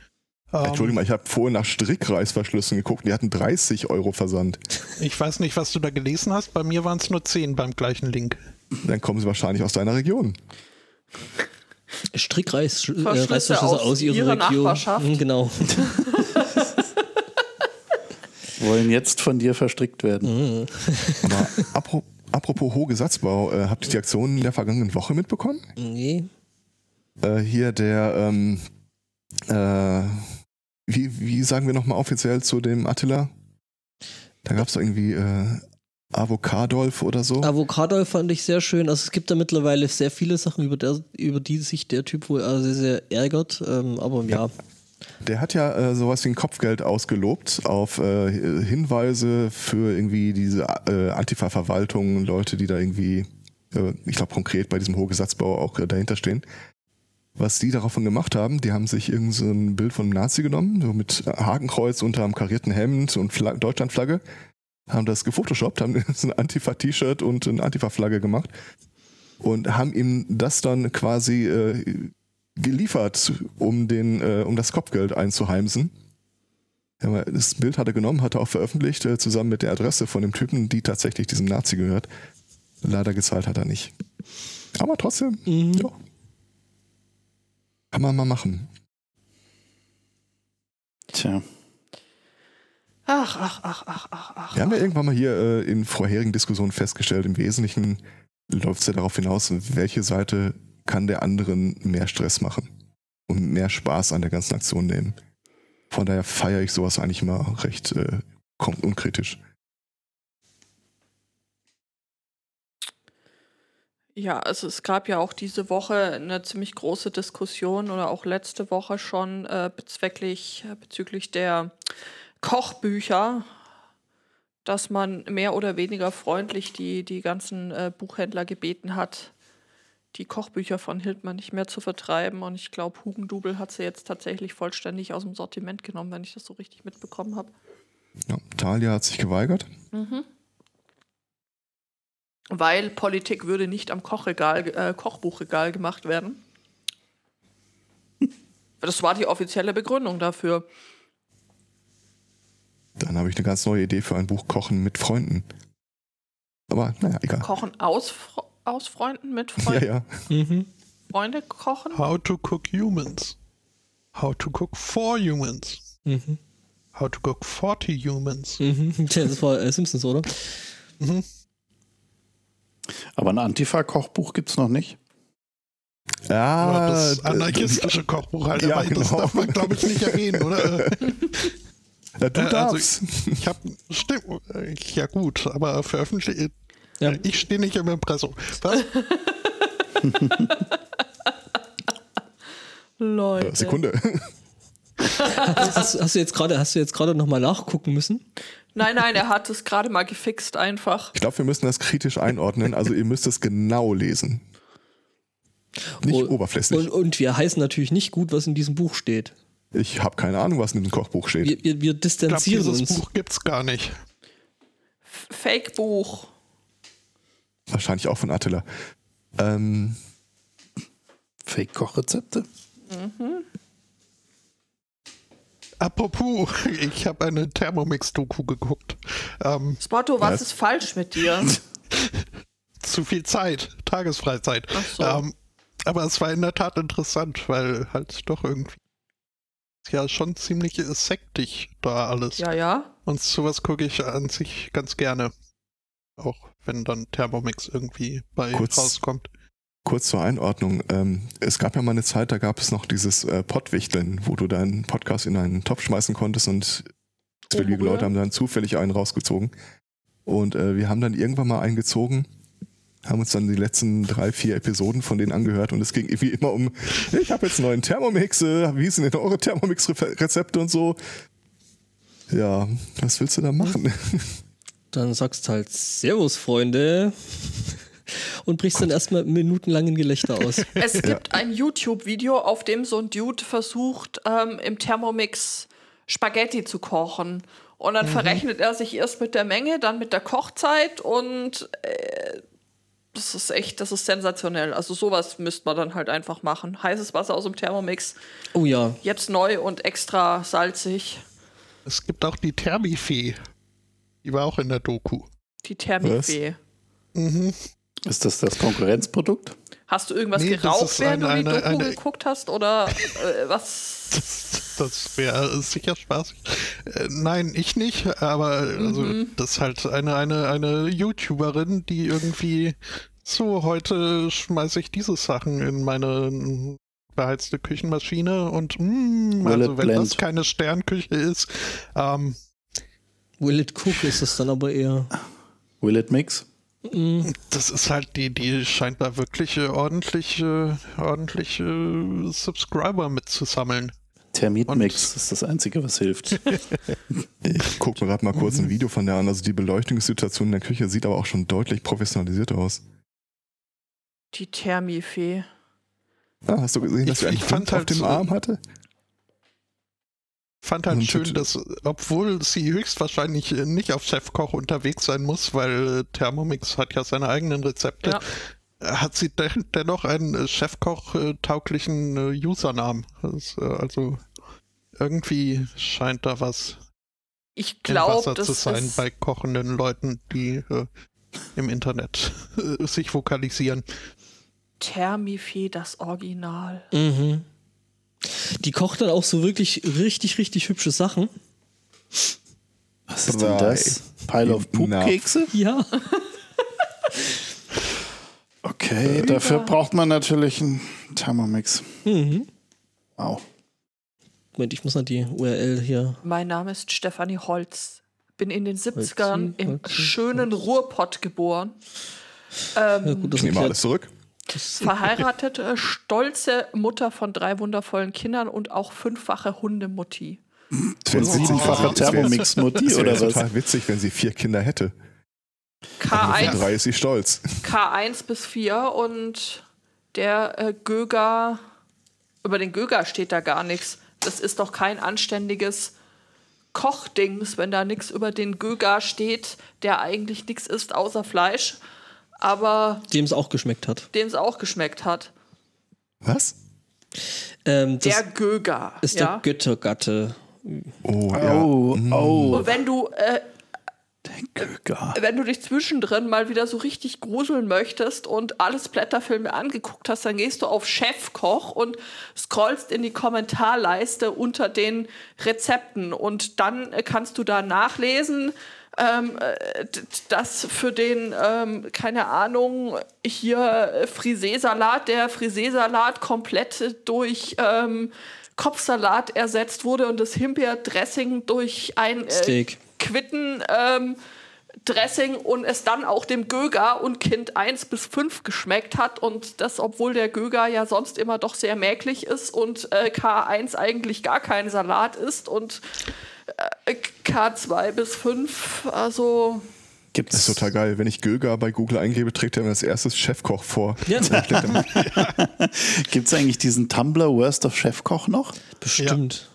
[SPEAKER 2] Ähm,
[SPEAKER 3] Entschuldigung, mal, ich habe vorhin nach Strickreißverschlüssen geguckt, die hatten 30 Euro Versand.
[SPEAKER 2] Ich weiß nicht, was du da gelesen hast. Bei mir waren es nur 10 beim gleichen Link.
[SPEAKER 3] Dann kommen sie wahrscheinlich aus deiner Region.
[SPEAKER 1] Strickreiß, äh,
[SPEAKER 4] Verschlüsse
[SPEAKER 1] Reißverschlüsse
[SPEAKER 4] aus
[SPEAKER 1] aus, ihrer,
[SPEAKER 4] ihrer
[SPEAKER 1] Region.
[SPEAKER 4] Nachbarschaft.
[SPEAKER 1] Hm, Genau.
[SPEAKER 5] Wollen jetzt von dir verstrickt
[SPEAKER 1] Hm.
[SPEAKER 5] werden.
[SPEAKER 1] Mhm.
[SPEAKER 3] Aber apro apropos Hohegesatzbau, äh, habt ihr die Aktionen der vergangenen Woche mitbekommen?
[SPEAKER 1] Nee.
[SPEAKER 3] Äh, hier der, ähm, äh, wie, wie sagen wir nochmal offiziell zu dem Attila? Da gab es irgendwie äh, Avocadolf oder
[SPEAKER 1] Oh.
[SPEAKER 3] so.
[SPEAKER 1] Avocado fand ich sehr schön. Also es gibt da mittlerweile sehr viele Sachen, über, der, über die sich der Typ wohl äh, sehr, sehr ärgert. Ähm, aber ja.
[SPEAKER 3] Der hat ja äh, sowas wie ein Kopfgeld ausgelobt auf äh, Hinweise für irgendwie diese äh, Antifa-Verwaltung, Leute, die da irgendwie, äh, ich glaube konkret bei diesem Hohegesatzbau auch äh, dahinter stehen. Was die daraufhin gemacht haben, die haben sich irgendein so ein Bild von einem Nazi genommen, so mit Hakenkreuz unterm karierten Hemd und Fla Deutschlandflagge, haben das gefotoshoppt, haben *laughs* so ein Antifa-T-Shirt und eine Antifa-Flagge gemacht und haben ihm das dann quasi äh, geliefert, um, den, äh, um das Kopfgeld einzuheimsen. Ja, aber Das Bild hat er genommen, hat er auch veröffentlicht, äh, zusammen mit der Adresse von dem Typen, die tatsächlich diesem Nazi gehört. Leider gezahlt hat er nicht. Aber trotzdem, ja. Kann man mal machen.
[SPEAKER 5] Tja.
[SPEAKER 4] Ach, ach, ach, ach, ach, ach.
[SPEAKER 3] Wir haben ja irgendwann mal hier äh, in vorherigen Diskussionen festgestellt, im Wesentlichen läuft es ja darauf hinaus, welche Seite kann der anderen mehr Stress machen und mehr Spaß an der ganzen Aktion nehmen. Von daher feiere ich sowas eigentlich immer recht äh, kom- unkritisch.
[SPEAKER 4] Ja, also es gab ja auch diese Woche eine ziemlich große Diskussion oder auch letzte Woche schon äh, bezwecklich, bezüglich der Kochbücher, dass man mehr oder weniger freundlich die, die ganzen äh, Buchhändler gebeten hat, die Kochbücher von Hildmann nicht mehr zu vertreiben. Und ich glaube, Hugendubel hat sie jetzt tatsächlich vollständig aus dem Sortiment genommen, wenn ich das so richtig mitbekommen habe.
[SPEAKER 3] Ja, Talia hat sich geweigert.
[SPEAKER 4] Weil Politik würde nicht am Kochregal, äh, Kochbuchregal gemacht werden. *laughs* Das war die offizielle Begründung dafür.
[SPEAKER 3] Dann habe ich eine ganz neue Idee für ein Buch Kochen mit Freunden. Aber naja, egal.
[SPEAKER 4] Kochen aus, Fre- aus Freunden, mit
[SPEAKER 3] ja, *laughs*
[SPEAKER 4] Freunden,
[SPEAKER 3] ja.
[SPEAKER 1] Mhm.
[SPEAKER 4] Freunde kochen.
[SPEAKER 2] How to cook humans. How to cook for humans.
[SPEAKER 1] Mhm.
[SPEAKER 2] How to cook 40 humans. Mhm.
[SPEAKER 1] Mhm. *laughs* Tja, Das war äh, Simpsons,
[SPEAKER 4] *laughs*
[SPEAKER 1] oder?
[SPEAKER 5] Aber ein Antifa-Kochbuch gibt es noch nicht.
[SPEAKER 3] Ah,
[SPEAKER 2] Aber das
[SPEAKER 3] äh,
[SPEAKER 2] anarchistische Kochbuch halt,
[SPEAKER 3] ja,
[SPEAKER 2] aber das
[SPEAKER 3] genau.
[SPEAKER 2] darf man, glaube ich, nicht erwähnen,
[SPEAKER 3] *laughs*
[SPEAKER 2] oder? Äh,
[SPEAKER 3] äh, du
[SPEAKER 2] Äh, also-
[SPEAKER 3] darfst.
[SPEAKER 2] Ich habe, stimmt, äh, ja gut, aber veröffentlicht,
[SPEAKER 1] Ja.
[SPEAKER 2] ich stehe nicht im Impressum. Was?
[SPEAKER 4] Leute.
[SPEAKER 3] Äh, *laughs* Sekunde.
[SPEAKER 1] Hast, hast du jetzt gerade, hast du jetzt gerade nochmal nachgucken müssen?
[SPEAKER 4] Nein, nein, er hat es gerade mal gefixt einfach.
[SPEAKER 3] Ich glaube, wir müssen das kritisch einordnen. Also ihr müsst es genau lesen. Nicht
[SPEAKER 1] Oh,
[SPEAKER 3] oberflächlich.
[SPEAKER 1] Und, und wir heißen natürlich nicht gut, was in diesem Buch steht.
[SPEAKER 3] ich habe keine Ahnung, was in dem Kochbuch steht.
[SPEAKER 1] Wir, wir, wir
[SPEAKER 2] Ich glaube,
[SPEAKER 1] distanzieren
[SPEAKER 2] dieses
[SPEAKER 1] uns.
[SPEAKER 2] Buch gibt's gar nicht.
[SPEAKER 4] F- Fake-Buch.
[SPEAKER 3] Wahrscheinlich auch von Attila. Ähm,
[SPEAKER 5] Fake-Kochrezepte.
[SPEAKER 2] Apropos, *laughs* ich habe eine Thermomix-Doku geguckt. Ähm,
[SPEAKER 4] Spotto, was
[SPEAKER 3] Was?
[SPEAKER 4] ist falsch
[SPEAKER 3] *laughs*
[SPEAKER 4] mit dir?
[SPEAKER 2] zu viel Zeit, Tagesfreizeit.
[SPEAKER 4] Ach so.
[SPEAKER 2] Ähm, aber es war in der Tat interessant, weil halt doch irgendwie. ist Ja, schon ziemlich sektig da alles.
[SPEAKER 4] ja, ja.
[SPEAKER 2] Und sowas gucke ich an sich ganz gerne. Auch wenn dann Thermomix irgendwie bei
[SPEAKER 3] Kurz-
[SPEAKER 2] rauskommt.
[SPEAKER 3] kurz zur Einordnung. Ähm, es gab ja mal eine Zeit, da gab es noch dieses äh, Pottwichteln, wo du deinen Podcast in einen Topf schmeißen konntest und
[SPEAKER 4] Oh,
[SPEAKER 3] beliebige
[SPEAKER 4] cool.
[SPEAKER 3] Leute haben dann zufällig einen rausgezogen. Und äh, wir haben dann irgendwann mal einen gezogen, haben uns dann die letzten drei, vier Episoden von denen angehört und es ging irgendwie immer um, ich habe jetzt einen neuen Thermomix, äh, wie sind denn eure Thermomix-Rezepte und so. Ja, was willst du da machen?
[SPEAKER 1] Dann sagst du halt Servus, Freunde. *laughs* Und brichst dann erstmal minutenlang in Gelächter aus.
[SPEAKER 4] Es gibt ein YouTube-Video, auf dem so ein Dude versucht, ähm, im Thermomix Spaghetti zu kochen. Und
[SPEAKER 2] Mhm.
[SPEAKER 4] dann verrechnet er sich erst mit der Menge, dann mit der Kochzeit und äh, das ist echt, das ist sensationell. Also sowas müsste man dann halt einfach machen. Heißes Wasser aus dem Thermomix,
[SPEAKER 1] Oh ja.
[SPEAKER 4] jetzt neu und extra salzig.
[SPEAKER 2] Es gibt auch die Thermifee. Die war auch in der Doku.
[SPEAKER 4] Die Thermifee.
[SPEAKER 5] Ist das das Konkurrenzprodukt?
[SPEAKER 4] Hast du irgendwas
[SPEAKER 2] Nee, das
[SPEAKER 4] geraucht,
[SPEAKER 2] ist
[SPEAKER 4] während
[SPEAKER 2] eine-
[SPEAKER 4] du
[SPEAKER 2] eine-
[SPEAKER 4] die Doku
[SPEAKER 2] eine-
[SPEAKER 4] geguckt hast? Oder äh, was?
[SPEAKER 2] *laughs* Das wäre sicher Spaß. Äh, nein, ich nicht, aber also, das ist halt eine, eine, eine YouTuberin, die irgendwie so, heute schmeiße ich diese Sachen in meine beheizte Küchenmaschine und mm,
[SPEAKER 5] Will
[SPEAKER 2] also
[SPEAKER 5] it
[SPEAKER 2] wenn das
[SPEAKER 5] blend?
[SPEAKER 2] keine Sternküche ist, ähm,
[SPEAKER 1] Will it cook ist das dann aber eher.
[SPEAKER 5] Will it mix?
[SPEAKER 2] das ist halt die, die scheint da wirklich äh, ordentliche, ordentliche äh, Subscriber mitzusammeln.
[SPEAKER 5] Termitmix ist das Einzige, was hilft.
[SPEAKER 3] Ich gucke mir gerade mal kurz ein Video von der an. Also die Beleuchtungssituation in der Küche sieht aber auch schon deutlich professionalisiert aus.
[SPEAKER 4] Die Thermifee.
[SPEAKER 3] Ah, hast du gesehen, dass
[SPEAKER 2] Ich-
[SPEAKER 3] sie einen
[SPEAKER 2] ich fand
[SPEAKER 3] Hund auf
[SPEAKER 2] halt
[SPEAKER 3] dem
[SPEAKER 2] so-
[SPEAKER 3] Arm hatte?
[SPEAKER 2] Fand halt
[SPEAKER 3] Und
[SPEAKER 2] schön,
[SPEAKER 3] tut-
[SPEAKER 2] dass, obwohl sie höchstwahrscheinlich äh, nicht auf Chefkoch unterwegs sein muss, weil äh, Thermomix hat ja seine eigenen Rezepte,
[SPEAKER 4] Ja.
[SPEAKER 2] äh, hat sie den, dennoch einen äh, Chefkoch-tauglichen äh, Usernamen. Das, äh, also irgendwie scheint da was
[SPEAKER 4] Ich
[SPEAKER 2] im
[SPEAKER 4] glaube,
[SPEAKER 2] Wasser
[SPEAKER 4] das
[SPEAKER 2] zu sein
[SPEAKER 4] ist
[SPEAKER 2] bei kochenden Leuten, die äh, im Internet äh, sich vokalisieren.
[SPEAKER 4] Thermifee das Original.
[SPEAKER 1] Mhm. Die kocht dann auch so wirklich richtig, richtig hübsche Sachen.
[SPEAKER 5] Was ist denn das? Pile of
[SPEAKER 3] Na.
[SPEAKER 5] Poop-Kekse?
[SPEAKER 1] Ja.
[SPEAKER 3] Äh,
[SPEAKER 5] Okay, dafür braucht man natürlich einen Thermomix.
[SPEAKER 1] Mhm.
[SPEAKER 5] Wow.
[SPEAKER 1] Moment, ich muss noch die URL hier.
[SPEAKER 4] Mein Name ist Stefanie Holz. Bin in den 70ern
[SPEAKER 1] Holzi,
[SPEAKER 4] im
[SPEAKER 1] Holzi,
[SPEAKER 4] schönen Ruhrpott geboren.
[SPEAKER 1] Ja,
[SPEAKER 4] Ähm,
[SPEAKER 1] gut,
[SPEAKER 3] Ich
[SPEAKER 1] das
[SPEAKER 3] nehme
[SPEAKER 1] erklärt.
[SPEAKER 3] alles zurück.
[SPEAKER 4] verheiratet, äh, stolze Mutter von drei wundervollen Kindern und auch fünffache Hundemutti.
[SPEAKER 3] Es wäre
[SPEAKER 5] Siebenfache Thermomix-Mutti
[SPEAKER 3] wär
[SPEAKER 5] oder was?
[SPEAKER 3] total witzig, wenn sie vier Kinder hätte. Auf
[SPEAKER 4] K1,
[SPEAKER 3] drei ist sie stolz.
[SPEAKER 4] K1 bis 4 und der äh, Göger, über den Göger steht da gar nichts. Das ist doch kein anständiges Kochdings, wenn da nichts über den Göger steht, der eigentlich nichts ist außer Fleisch, aber
[SPEAKER 1] Dem es auch geschmeckt hat.
[SPEAKER 4] dem es auch geschmeckt hat.
[SPEAKER 3] Was?
[SPEAKER 1] Ähm, das
[SPEAKER 4] Der Göger.
[SPEAKER 1] ist
[SPEAKER 4] ja?
[SPEAKER 1] der Göttergatte.
[SPEAKER 3] Oh,
[SPEAKER 5] Oh, oh.
[SPEAKER 4] Und wenn du, äh,
[SPEAKER 5] Göger.
[SPEAKER 4] wenn du dich zwischendrin mal wieder so richtig gruseln möchtest und alle Splatterfilme angeguckt hast, dann gehst du auf Chefkoch und scrollst in die Kommentarleiste unter den Rezepten und dann äh, kannst du da nachlesen, ähm, äh, d- dass für den, ähm, keine Ahnung, hier äh, Friseesalat, der Friseesalat komplett durch ähm, Kopfsalat ersetzt wurde und das Himbeerdressing durch ein äh,
[SPEAKER 1] Steak.
[SPEAKER 4] Quitten ähm, Dressing und es dann auch dem Göger und Kind 1 bis 5 geschmeckt hat und das, obwohl der Göger ja sonst immer doch sehr mäglich ist und äh, K1 eigentlich gar kein Salat ist und äh, K2 bis 5, also
[SPEAKER 5] Gibt's
[SPEAKER 3] Das ist total geil. Wenn ich Göger bei Google eingebe, trägt er mir als erstes Chefkoch vor.
[SPEAKER 1] Ja.
[SPEAKER 3] Das erklärt er mir.
[SPEAKER 5] Gibt es eigentlich diesen Tumblr Worst of Chefkoch noch?
[SPEAKER 1] *laughs* Bestimmt.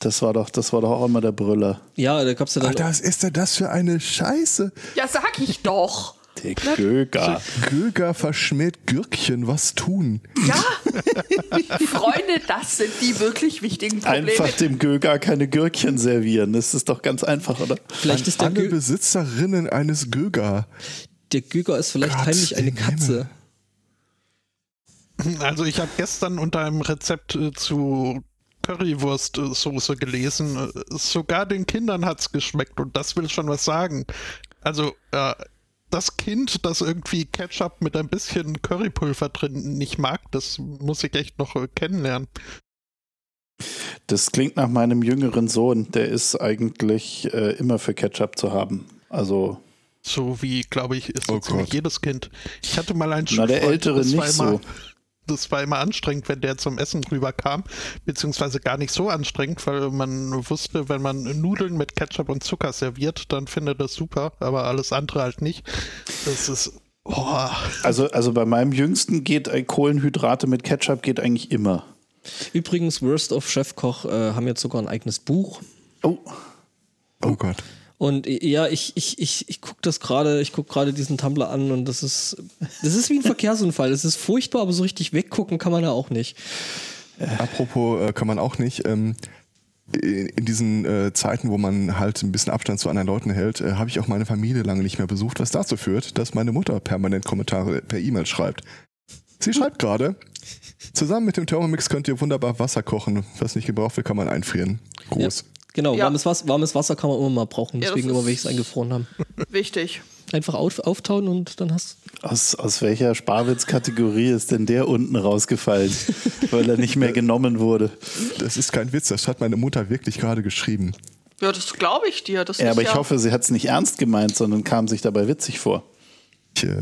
[SPEAKER 5] Das war doch, das war doch auch immer der Brüller.
[SPEAKER 1] Ja, da gab es ja dann.
[SPEAKER 3] Ach, was ist denn das für eine Scheiße?
[SPEAKER 4] ja, sag ich
[SPEAKER 5] *laughs*
[SPEAKER 4] doch.
[SPEAKER 5] Der Göger.
[SPEAKER 3] Göger verschmäht Gürkchen, was tun?
[SPEAKER 4] Ja, Freunde, das sind die wirklich wichtigen Probleme.
[SPEAKER 5] Einfach dem Göger keine Gürkchen servieren. Das ist doch ganz einfach, oder?
[SPEAKER 1] vielleicht ist der,
[SPEAKER 3] Alle
[SPEAKER 1] Gö
[SPEAKER 3] Besitzerinnen eines Göger.
[SPEAKER 1] der Göger ist vielleicht
[SPEAKER 3] Gott
[SPEAKER 1] heimlich eine
[SPEAKER 3] im
[SPEAKER 1] Katze.
[SPEAKER 2] *clears throat* Also ich habe gestern unter einem Rezept äh, zu Currywurstsoße gelesen. äh, Sogar den Kindern hat's geschmeckt und das will schon was sagen. Also äh, das Kind, das irgendwie Ketchup mit ein bisschen Currypulver drin nicht mag, das muss ich echt noch äh, kennenlernen.
[SPEAKER 5] Das klingt nach meinem jüngeren Sohn. Der ist eigentlich äh, immer für Ketchup zu haben. Also,
[SPEAKER 2] So wie, glaube ich, ist so
[SPEAKER 3] Oh
[SPEAKER 2] ziemlich
[SPEAKER 3] Gott.
[SPEAKER 2] jedes Kind. Ich hatte mal einen
[SPEAKER 5] na, der
[SPEAKER 2] Schulfreund,
[SPEAKER 5] Ältere
[SPEAKER 2] das war
[SPEAKER 5] nicht
[SPEAKER 2] immer-
[SPEAKER 5] so.
[SPEAKER 2] das war immer anstrengend, wenn der zum Essen rüberkam, beziehungsweise gar nicht so anstrengend, weil man wusste, wenn man Nudeln mit Ketchup und Zucker serviert, dann findet er das super, aber alles andere halt nicht. Das ist, oh,
[SPEAKER 5] Also, also bei meinem Jüngsten geht äh, Kohlenhydrate mit Ketchup geht eigentlich immer.
[SPEAKER 1] Übrigens, Worst of Chefkoch äh, haben jetzt sogar ein eigenes Buch.
[SPEAKER 5] Oh,
[SPEAKER 3] Oh Gott.
[SPEAKER 1] Und äh, ja, ich, ich, ich, ich gucke das gerade, ich gucke gerade diesen Tumblr an und das ist, das ist wie
[SPEAKER 3] *laughs*
[SPEAKER 1] ein Verkehrsunfall. Es ist furchtbar, aber so richtig weggucken kann man da auch nicht.
[SPEAKER 3] Apropos äh, kann man auch nicht. Ähm, in in diesen äh, Zeiten, wo man halt ein bisschen Abstand zu anderen Leuten hält, äh, habe ich auch meine Familie lange nicht mehr besucht, was dazu führt, dass meine Mutter permanent Kommentare per E-Mail schreibt. Sie schreibt gerade, zusammen mit dem Thermomix könnt ihr wunderbar Wasser kochen. Was nicht gebraucht wird, kann man einfrieren. Groß.
[SPEAKER 1] Genau,
[SPEAKER 4] Ja.
[SPEAKER 1] warmes, Wasser, warmes Wasser kann man immer mal brauchen,
[SPEAKER 4] Ja, das
[SPEAKER 1] deswegen immer, wenn ich es
[SPEAKER 4] ist-
[SPEAKER 1] eingefroren habe.
[SPEAKER 4] Wichtig.
[SPEAKER 1] Einfach auf, auftauen und dann hast
[SPEAKER 5] aus, aus welcher Sparwitz-Kategorie ist denn der unten rausgefallen, *laughs* weil er nicht mehr genommen wurde?
[SPEAKER 3] Das ist kein Witz, das hat meine Mutter wirklich gerade geschrieben.
[SPEAKER 4] Ja, das glaube ich dir. Das
[SPEAKER 5] Ja,
[SPEAKER 4] ist
[SPEAKER 5] aber
[SPEAKER 4] ja
[SPEAKER 5] ich hoffe, sie hat es nicht ernst gemeint, sondern kam sich dabei witzig vor.
[SPEAKER 3] Ich, äh,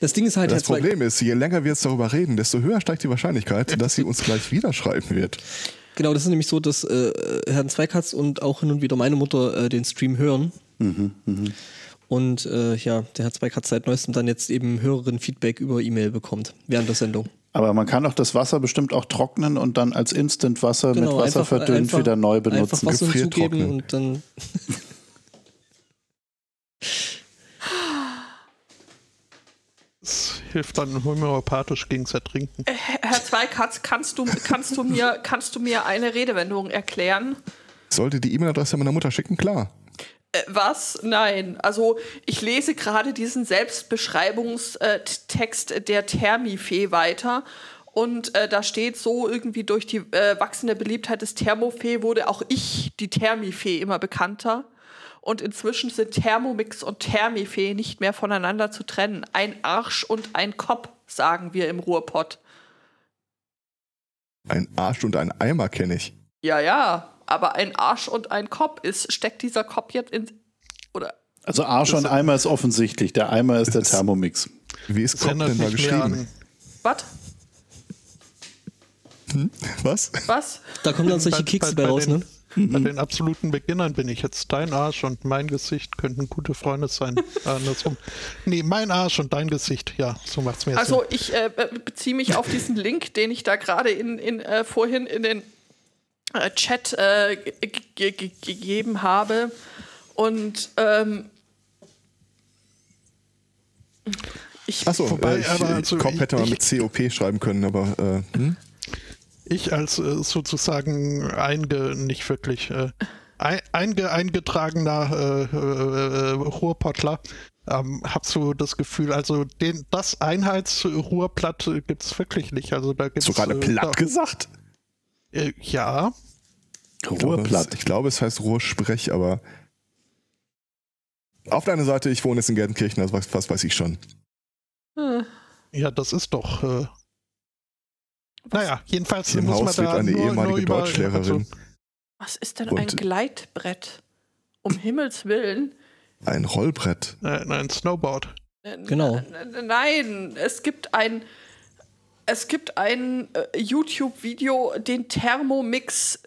[SPEAKER 1] Das Ding ist halt
[SPEAKER 3] das
[SPEAKER 1] jetzt, weil-
[SPEAKER 3] Problem ist, je länger wir jetzt darüber reden, desto höher steigt die Wahrscheinlichkeit, dass sie uns gleich wieder schreiben wird.
[SPEAKER 1] Genau, das ist nämlich so, dass äh, Herrn Zweikatz und auch hin und wieder meine Mutter äh, den Stream hören.
[SPEAKER 5] Mhm,
[SPEAKER 1] Und äh, ja, der Herr Zweikatz seit neuestem dann jetzt eben höheren Feedback über E-Mail bekommt während der Sendung.
[SPEAKER 5] Aber man kann auch das Wasser bestimmt auch trocknen und dann als Instant-Wasser mit Wasser verdünnt
[SPEAKER 1] Genau, einfach-
[SPEAKER 5] wieder neu benutzen.
[SPEAKER 1] Einfach Wasser
[SPEAKER 3] Gefriertrocknen.
[SPEAKER 1] hinzugeben und dann.
[SPEAKER 2] das hilft dann homöopathisch gegen's Ertrinken.
[SPEAKER 4] Herr Zweikatz, kannst du, kannst, du mir, kannst du mir eine Redewendung erklären?
[SPEAKER 3] Sollte die E-Mail-Adresse meiner Mutter schicken? Klar.
[SPEAKER 4] Äh, was? Nein. Also ich lese gerade diesen Selbstbeschreibungstext der Thermifee weiter. Und äh, da steht so irgendwie durch die äh, wachsende Beliebtheit des Thermofee wurde auch ich, die Thermifee, immer bekannter. Und inzwischen sind Thermomix und Thermifee nicht mehr voneinander zu trennen. Ein Arsch und ein Kopf, sagen wir im Ruhrpott.
[SPEAKER 3] Ein Arsch und ein Eimer kenne ich.
[SPEAKER 4] Ja, ja, aber ein Arsch und ein Kopf ist, steckt dieser Kopf jetzt in. Oder
[SPEAKER 5] Also Arsch und Eimer ist offensichtlich. Der Eimer ist der
[SPEAKER 3] Das-
[SPEAKER 5] Thermomix.
[SPEAKER 3] Wie ist
[SPEAKER 2] Das
[SPEAKER 3] Kopf
[SPEAKER 2] ändert
[SPEAKER 3] denn da
[SPEAKER 2] nicht mehr an.
[SPEAKER 3] geschrieben?
[SPEAKER 4] was?
[SPEAKER 3] Was?
[SPEAKER 4] Was?
[SPEAKER 3] Hm?
[SPEAKER 1] Da kommen dann solche
[SPEAKER 2] Bei-
[SPEAKER 1] Kekse
[SPEAKER 2] bei-
[SPEAKER 1] bei
[SPEAKER 2] bei
[SPEAKER 1] raus,
[SPEAKER 2] den-
[SPEAKER 1] ne?
[SPEAKER 2] *laughs* Bei den absoluten Beginnern bin ich jetzt dein Arsch und mein Gesicht könnten gute Freunde sein. Äh, Andersrum. Nee, mein Arsch und dein Gesicht. Ja, so macht's mir jetzt
[SPEAKER 4] Also ich äh, be- beziehe mich auf diesen Link, den ich da gerade in, in, äh, vorhin in den äh, Chat äh, ge- ge ge gegeben habe. Und ähm, ich,
[SPEAKER 3] Achso,
[SPEAKER 2] Wobei,
[SPEAKER 3] äh, ich,
[SPEAKER 2] aber also
[SPEAKER 3] Cop
[SPEAKER 2] ich-
[SPEAKER 3] hätte man
[SPEAKER 2] ich-
[SPEAKER 3] mit COP schreiben können, aber äh, hm?
[SPEAKER 2] Ich als äh, sozusagen einge, nicht wirklich, äh, ein, einge, eingetragener äh, äh, äh, Ruhrpottler ähm, habe so das Gefühl, also den, das Einheitsruhrplatt gibt es wirklich nicht. Also da gibt's,
[SPEAKER 3] hast du gerade
[SPEAKER 2] äh,
[SPEAKER 3] platt gesagt?
[SPEAKER 2] Da, äh, ja,
[SPEAKER 3] Ich glaube,
[SPEAKER 5] Ruhrplatt.
[SPEAKER 3] es- Ich glaube, es heißt Ruhrsprech, aber auf deiner Seite, ich wohne jetzt in Gelsenkirchen, also was, was weiß ich schon.
[SPEAKER 4] äh,
[SPEAKER 2] ja, das ist doch. Äh, naja, jedenfalls
[SPEAKER 3] Hier im
[SPEAKER 2] muss
[SPEAKER 3] Haus
[SPEAKER 2] man
[SPEAKER 3] lebt
[SPEAKER 2] da
[SPEAKER 3] eine
[SPEAKER 2] nur,
[SPEAKER 3] ehemalige
[SPEAKER 2] nur über,
[SPEAKER 3] Deutschlehrerin.
[SPEAKER 4] was ist denn
[SPEAKER 3] Und-
[SPEAKER 4] ein Gleitbrett? Um Himmels Willen.
[SPEAKER 3] Ein Rollbrett.
[SPEAKER 2] Also, äh, ein Snowboard.
[SPEAKER 4] N-
[SPEAKER 1] Genau.
[SPEAKER 4] n- n- Nein, es gibt ein es gibt ein äh, YouTube-Video, den Thermomix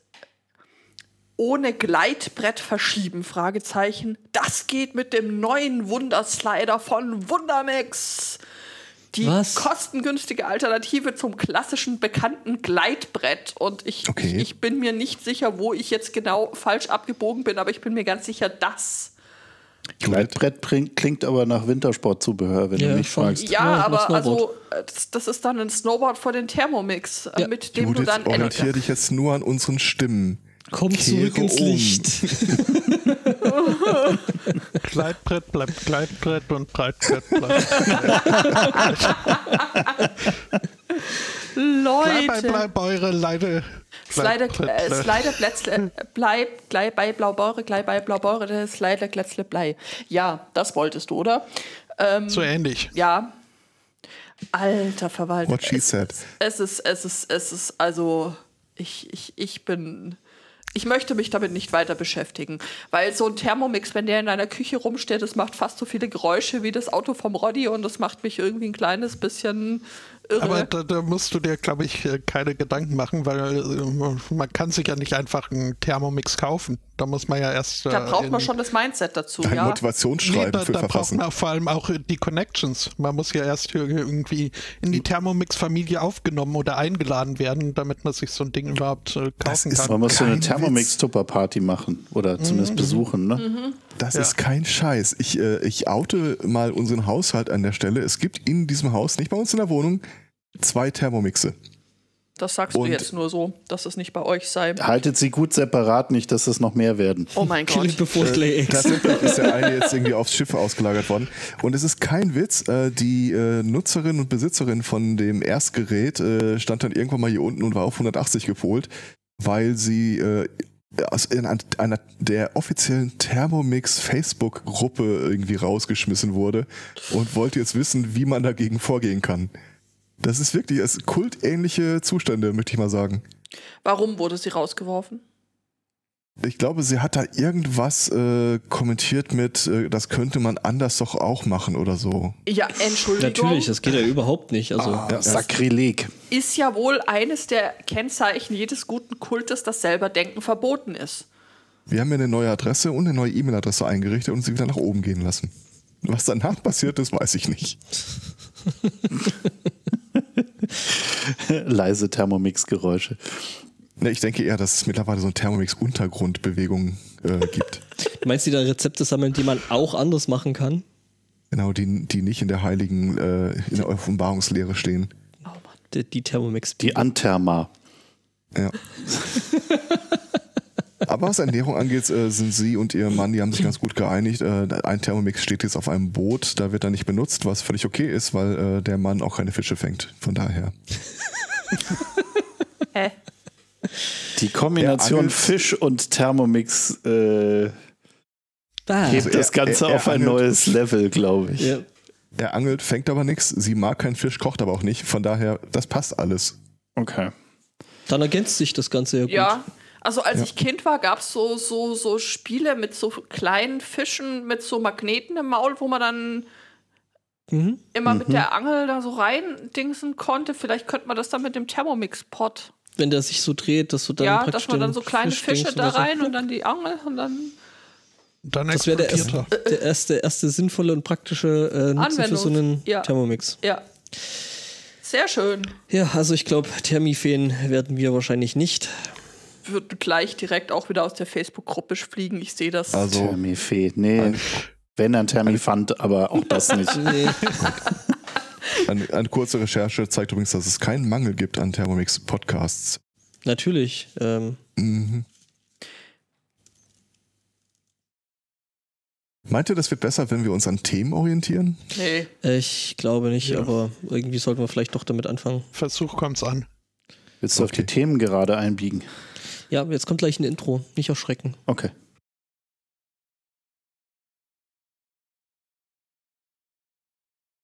[SPEAKER 4] ohne Gleitbrett verschieben, Fragezeichen. Das geht mit dem neuen Wunderslider von Wundermix. Die
[SPEAKER 1] Was?
[SPEAKER 4] kostengünstige Alternative zum klassischen bekannten Gleitbrett. Und ich,
[SPEAKER 3] Okay.
[SPEAKER 4] ich bin mir nicht sicher, wo ich jetzt genau falsch abgebogen bin, aber ich bin mir ganz sicher, das
[SPEAKER 5] Gleitbrett bringt- klingt aber nach Wintersportzubehör, wenn
[SPEAKER 1] Ja,
[SPEAKER 5] du mich
[SPEAKER 1] schon.
[SPEAKER 5] fragst.
[SPEAKER 1] Ja,
[SPEAKER 4] Ja,
[SPEAKER 1] ich mach
[SPEAKER 4] aber
[SPEAKER 1] Snowboard.
[SPEAKER 4] also äh, das, das ist dann ein Snowboard vor den Thermomix, äh,
[SPEAKER 1] Ja.
[SPEAKER 4] mit dem
[SPEAKER 3] Judith,
[SPEAKER 4] du dann
[SPEAKER 3] orientiere dich jetzt nur an unseren Stimmen.
[SPEAKER 1] Komm zurück
[SPEAKER 3] Kehre
[SPEAKER 1] ins
[SPEAKER 3] um.
[SPEAKER 5] *laughs*
[SPEAKER 1] Licht. *laughs*
[SPEAKER 2] Gleitbrett bleibt Gleitbrett und Breitbrett
[SPEAKER 4] *laughs*
[SPEAKER 2] bleibt. bleib, bleib,
[SPEAKER 4] Leute,
[SPEAKER 2] bleib eure Leide.
[SPEAKER 4] Slider,
[SPEAKER 2] Gleitbrett,
[SPEAKER 4] äh,
[SPEAKER 2] äh,
[SPEAKER 4] Slider, Glätzle, äh, bleib, gleich bei Blaubeure, gleich bei Blaubeure, der Slider, Glätzle, Blei. Ja, das wolltest du, oder? Ähm,
[SPEAKER 2] So ähnlich.
[SPEAKER 4] ja. Alter Verwalter.
[SPEAKER 3] What she
[SPEAKER 4] es,
[SPEAKER 3] said.
[SPEAKER 4] es ist, es ist, es ist, also ich, ich, ich bin. Ich möchte mich damit nicht weiter beschäftigen, weil so ein Thermomix, wenn der in einer Küche rumsteht, das macht fast so viele Geräusche wie das Auto vom Roddy und das macht mich irgendwie ein kleines bisschen irre.
[SPEAKER 2] Aber da, da musst du dir, glaube ich, äh, keine Gedanken machen, weil äh, man kann sich ja nicht einfach einen Thermomix kaufen. Da muss man ja erst.
[SPEAKER 4] da
[SPEAKER 2] äh,
[SPEAKER 4] braucht man
[SPEAKER 2] in-
[SPEAKER 4] schon das Mindset dazu,
[SPEAKER 3] Ein
[SPEAKER 4] ja.
[SPEAKER 2] Nee,
[SPEAKER 3] Motivationsschreiben
[SPEAKER 2] da,
[SPEAKER 3] für
[SPEAKER 2] da braucht
[SPEAKER 3] verfassen.
[SPEAKER 2] man vor allem auch äh, die Connections. Man muss ja erst hier irgendwie in
[SPEAKER 3] Hm.
[SPEAKER 2] die Thermomix-Familie aufgenommen oder eingeladen werden, damit man sich so ein Ding überhaupt äh, kaufen
[SPEAKER 3] ist
[SPEAKER 2] kann.
[SPEAKER 5] Man muss so eine
[SPEAKER 3] Kein
[SPEAKER 5] Thermomix-Tupper-Party machen oder zumindest besuchen. Ne?
[SPEAKER 3] Das
[SPEAKER 2] Ja.
[SPEAKER 3] ist kein Scheiß. Ich, äh, ich oute mal unseren Haushalt an der Stelle. Es gibt in diesem Haus, nicht bei uns in der Wohnung, zwei Thermomixe.
[SPEAKER 4] Das sagst du
[SPEAKER 3] Und-
[SPEAKER 4] jetzt nur so, dass es nicht bei euch sei.
[SPEAKER 5] Haltet sie gut separat, nicht, dass es noch mehr werden.
[SPEAKER 4] Oh mein
[SPEAKER 1] Kill it
[SPEAKER 4] Gott.
[SPEAKER 1] before it
[SPEAKER 2] Äh,
[SPEAKER 1] lay eggs.
[SPEAKER 3] Äh, Tatsächlich ist der eine jetzt irgendwie aufs Schiff ausgelagert worden. Und es ist kein Witz, äh, die äh, Nutzerin und Besitzerin von dem Erstgerät äh, stand dann irgendwann mal hier unten und war auf 180 gepolt, weil sie äh, aus in an- einer der offiziellen Thermomix Facebook-Gruppe irgendwie rausgeschmissen wurde und wollte jetzt wissen, wie man dagegen vorgehen kann. Das ist wirklich es kultähnliche Zustände, möchte ich mal sagen.
[SPEAKER 4] Warum wurde sie rausgeworfen?
[SPEAKER 3] Ich glaube, sie hat da irgendwas äh, kommentiert mit, äh, das könnte man anders doch auch machen oder so.
[SPEAKER 4] Ja, Entschuldigung.
[SPEAKER 1] Natürlich, das geht ja überhaupt nicht. Also,
[SPEAKER 5] Ah,
[SPEAKER 3] Ja.
[SPEAKER 5] Sakrileg. *laughs*
[SPEAKER 4] ist ja wohl eines der Kennzeichen jedes guten Kultes, dass selber Denken verboten ist.
[SPEAKER 3] Wir haben ihr eine neue Adresse und eine neue E-Mail-Adresse eingerichtet und sie wieder nach oben gehen lassen. Was danach passiert ist, weiß ich nicht.
[SPEAKER 5] Leise Thermomix-Geräusche.
[SPEAKER 3] Ne, ich denke eher, dass es mittlerweile so eine Thermomix-Untergrundbewegung äh, gibt.
[SPEAKER 1] meinst du, die da Rezepte sammeln, die man auch anders machen kann?
[SPEAKER 3] genau, die, die nicht in der heiligen, äh, in der Offenbarungslehre stehen.
[SPEAKER 4] Oh Mann.
[SPEAKER 1] Die, die Thermomix.
[SPEAKER 5] Die Antherma.
[SPEAKER 3] Ja. Aber was Ernährung angeht, äh, sind sie und ihr Mann, die haben sich ganz gut geeinigt. Äh, ein Thermomix steht jetzt auf einem Boot, da wird er nicht benutzt, was völlig okay ist, weil äh, der Mann auch keine Fische fängt. Von daher.
[SPEAKER 4] Hä?
[SPEAKER 5] Die Kombination
[SPEAKER 3] Er angelt-
[SPEAKER 5] Fisch und Thermomix äh,
[SPEAKER 1] Bah.
[SPEAKER 5] hebt
[SPEAKER 3] Also er-
[SPEAKER 5] das Ganze
[SPEAKER 3] er- er
[SPEAKER 5] auf ein
[SPEAKER 3] angelt-
[SPEAKER 5] neues Level, glaube ich.
[SPEAKER 1] Ja.
[SPEAKER 3] Er angelt, fängt aber nichts. Sie mag keinen Fisch, kocht aber auch nicht. Von daher, das passt alles.
[SPEAKER 5] Okay.
[SPEAKER 1] Dann ergänzt sich das Ganze ja gut.
[SPEAKER 4] Ja. Also als
[SPEAKER 3] Ja.
[SPEAKER 4] ich Kind war, gab es so, so, so Spiele mit so kleinen Fischen, mit so Magneten im Maul, wo man dann
[SPEAKER 1] Mhm.
[SPEAKER 4] immer mit der Angel da so rein dingsen konnte. Vielleicht könnte man das dann mit dem Thermomix-Pot.
[SPEAKER 1] Wenn der sich so dreht, dass du dann
[SPEAKER 4] ja,
[SPEAKER 1] praktisch
[SPEAKER 4] dass man dann
[SPEAKER 1] den
[SPEAKER 4] so kleine
[SPEAKER 1] Fisch
[SPEAKER 4] Fische
[SPEAKER 1] denkst
[SPEAKER 4] da
[SPEAKER 1] oder so.
[SPEAKER 4] rein und dann die Angel und dann
[SPEAKER 2] Dann
[SPEAKER 1] Das wäre der,
[SPEAKER 2] explodiert
[SPEAKER 1] erste,
[SPEAKER 2] er.
[SPEAKER 1] der erste, erste sinnvolle und praktische äh, Nutzen für so
[SPEAKER 4] Anwendungs-
[SPEAKER 1] einen
[SPEAKER 4] ja.
[SPEAKER 1] Thermomix.
[SPEAKER 4] ja. Sehr schön.
[SPEAKER 1] Ja, also ich glaube, Thermifeen werden wir wahrscheinlich nicht.
[SPEAKER 4] Wird gleich direkt auch wieder aus der Facebook-Gruppe fliegen. Ich sehe das.
[SPEAKER 3] Also,
[SPEAKER 5] Thermifee. Nee,
[SPEAKER 3] Ein-
[SPEAKER 5] wenn dann Thermifant, aber auch das
[SPEAKER 3] *laughs*
[SPEAKER 5] nicht.
[SPEAKER 1] Nee.
[SPEAKER 4] *laughs*
[SPEAKER 3] eine, eine kurze Recherche zeigt übrigens, dass es keinen Mangel gibt an Thermomix-Podcasts.
[SPEAKER 1] Natürlich. Ähm,
[SPEAKER 3] Mhm. Meint ihr, das wird besser, wenn wir uns an Themen orientieren?
[SPEAKER 4] nee.
[SPEAKER 1] ich glaube nicht,
[SPEAKER 2] Ja.
[SPEAKER 1] aber irgendwie sollten wir vielleicht doch damit anfangen.
[SPEAKER 2] Versuch kommt's an.
[SPEAKER 5] Willst du auf die
[SPEAKER 3] Okay.
[SPEAKER 5] Themen gerade einbiegen?
[SPEAKER 1] Ja, jetzt kommt gleich ein Intro. Nicht erschrecken.
[SPEAKER 5] Okay.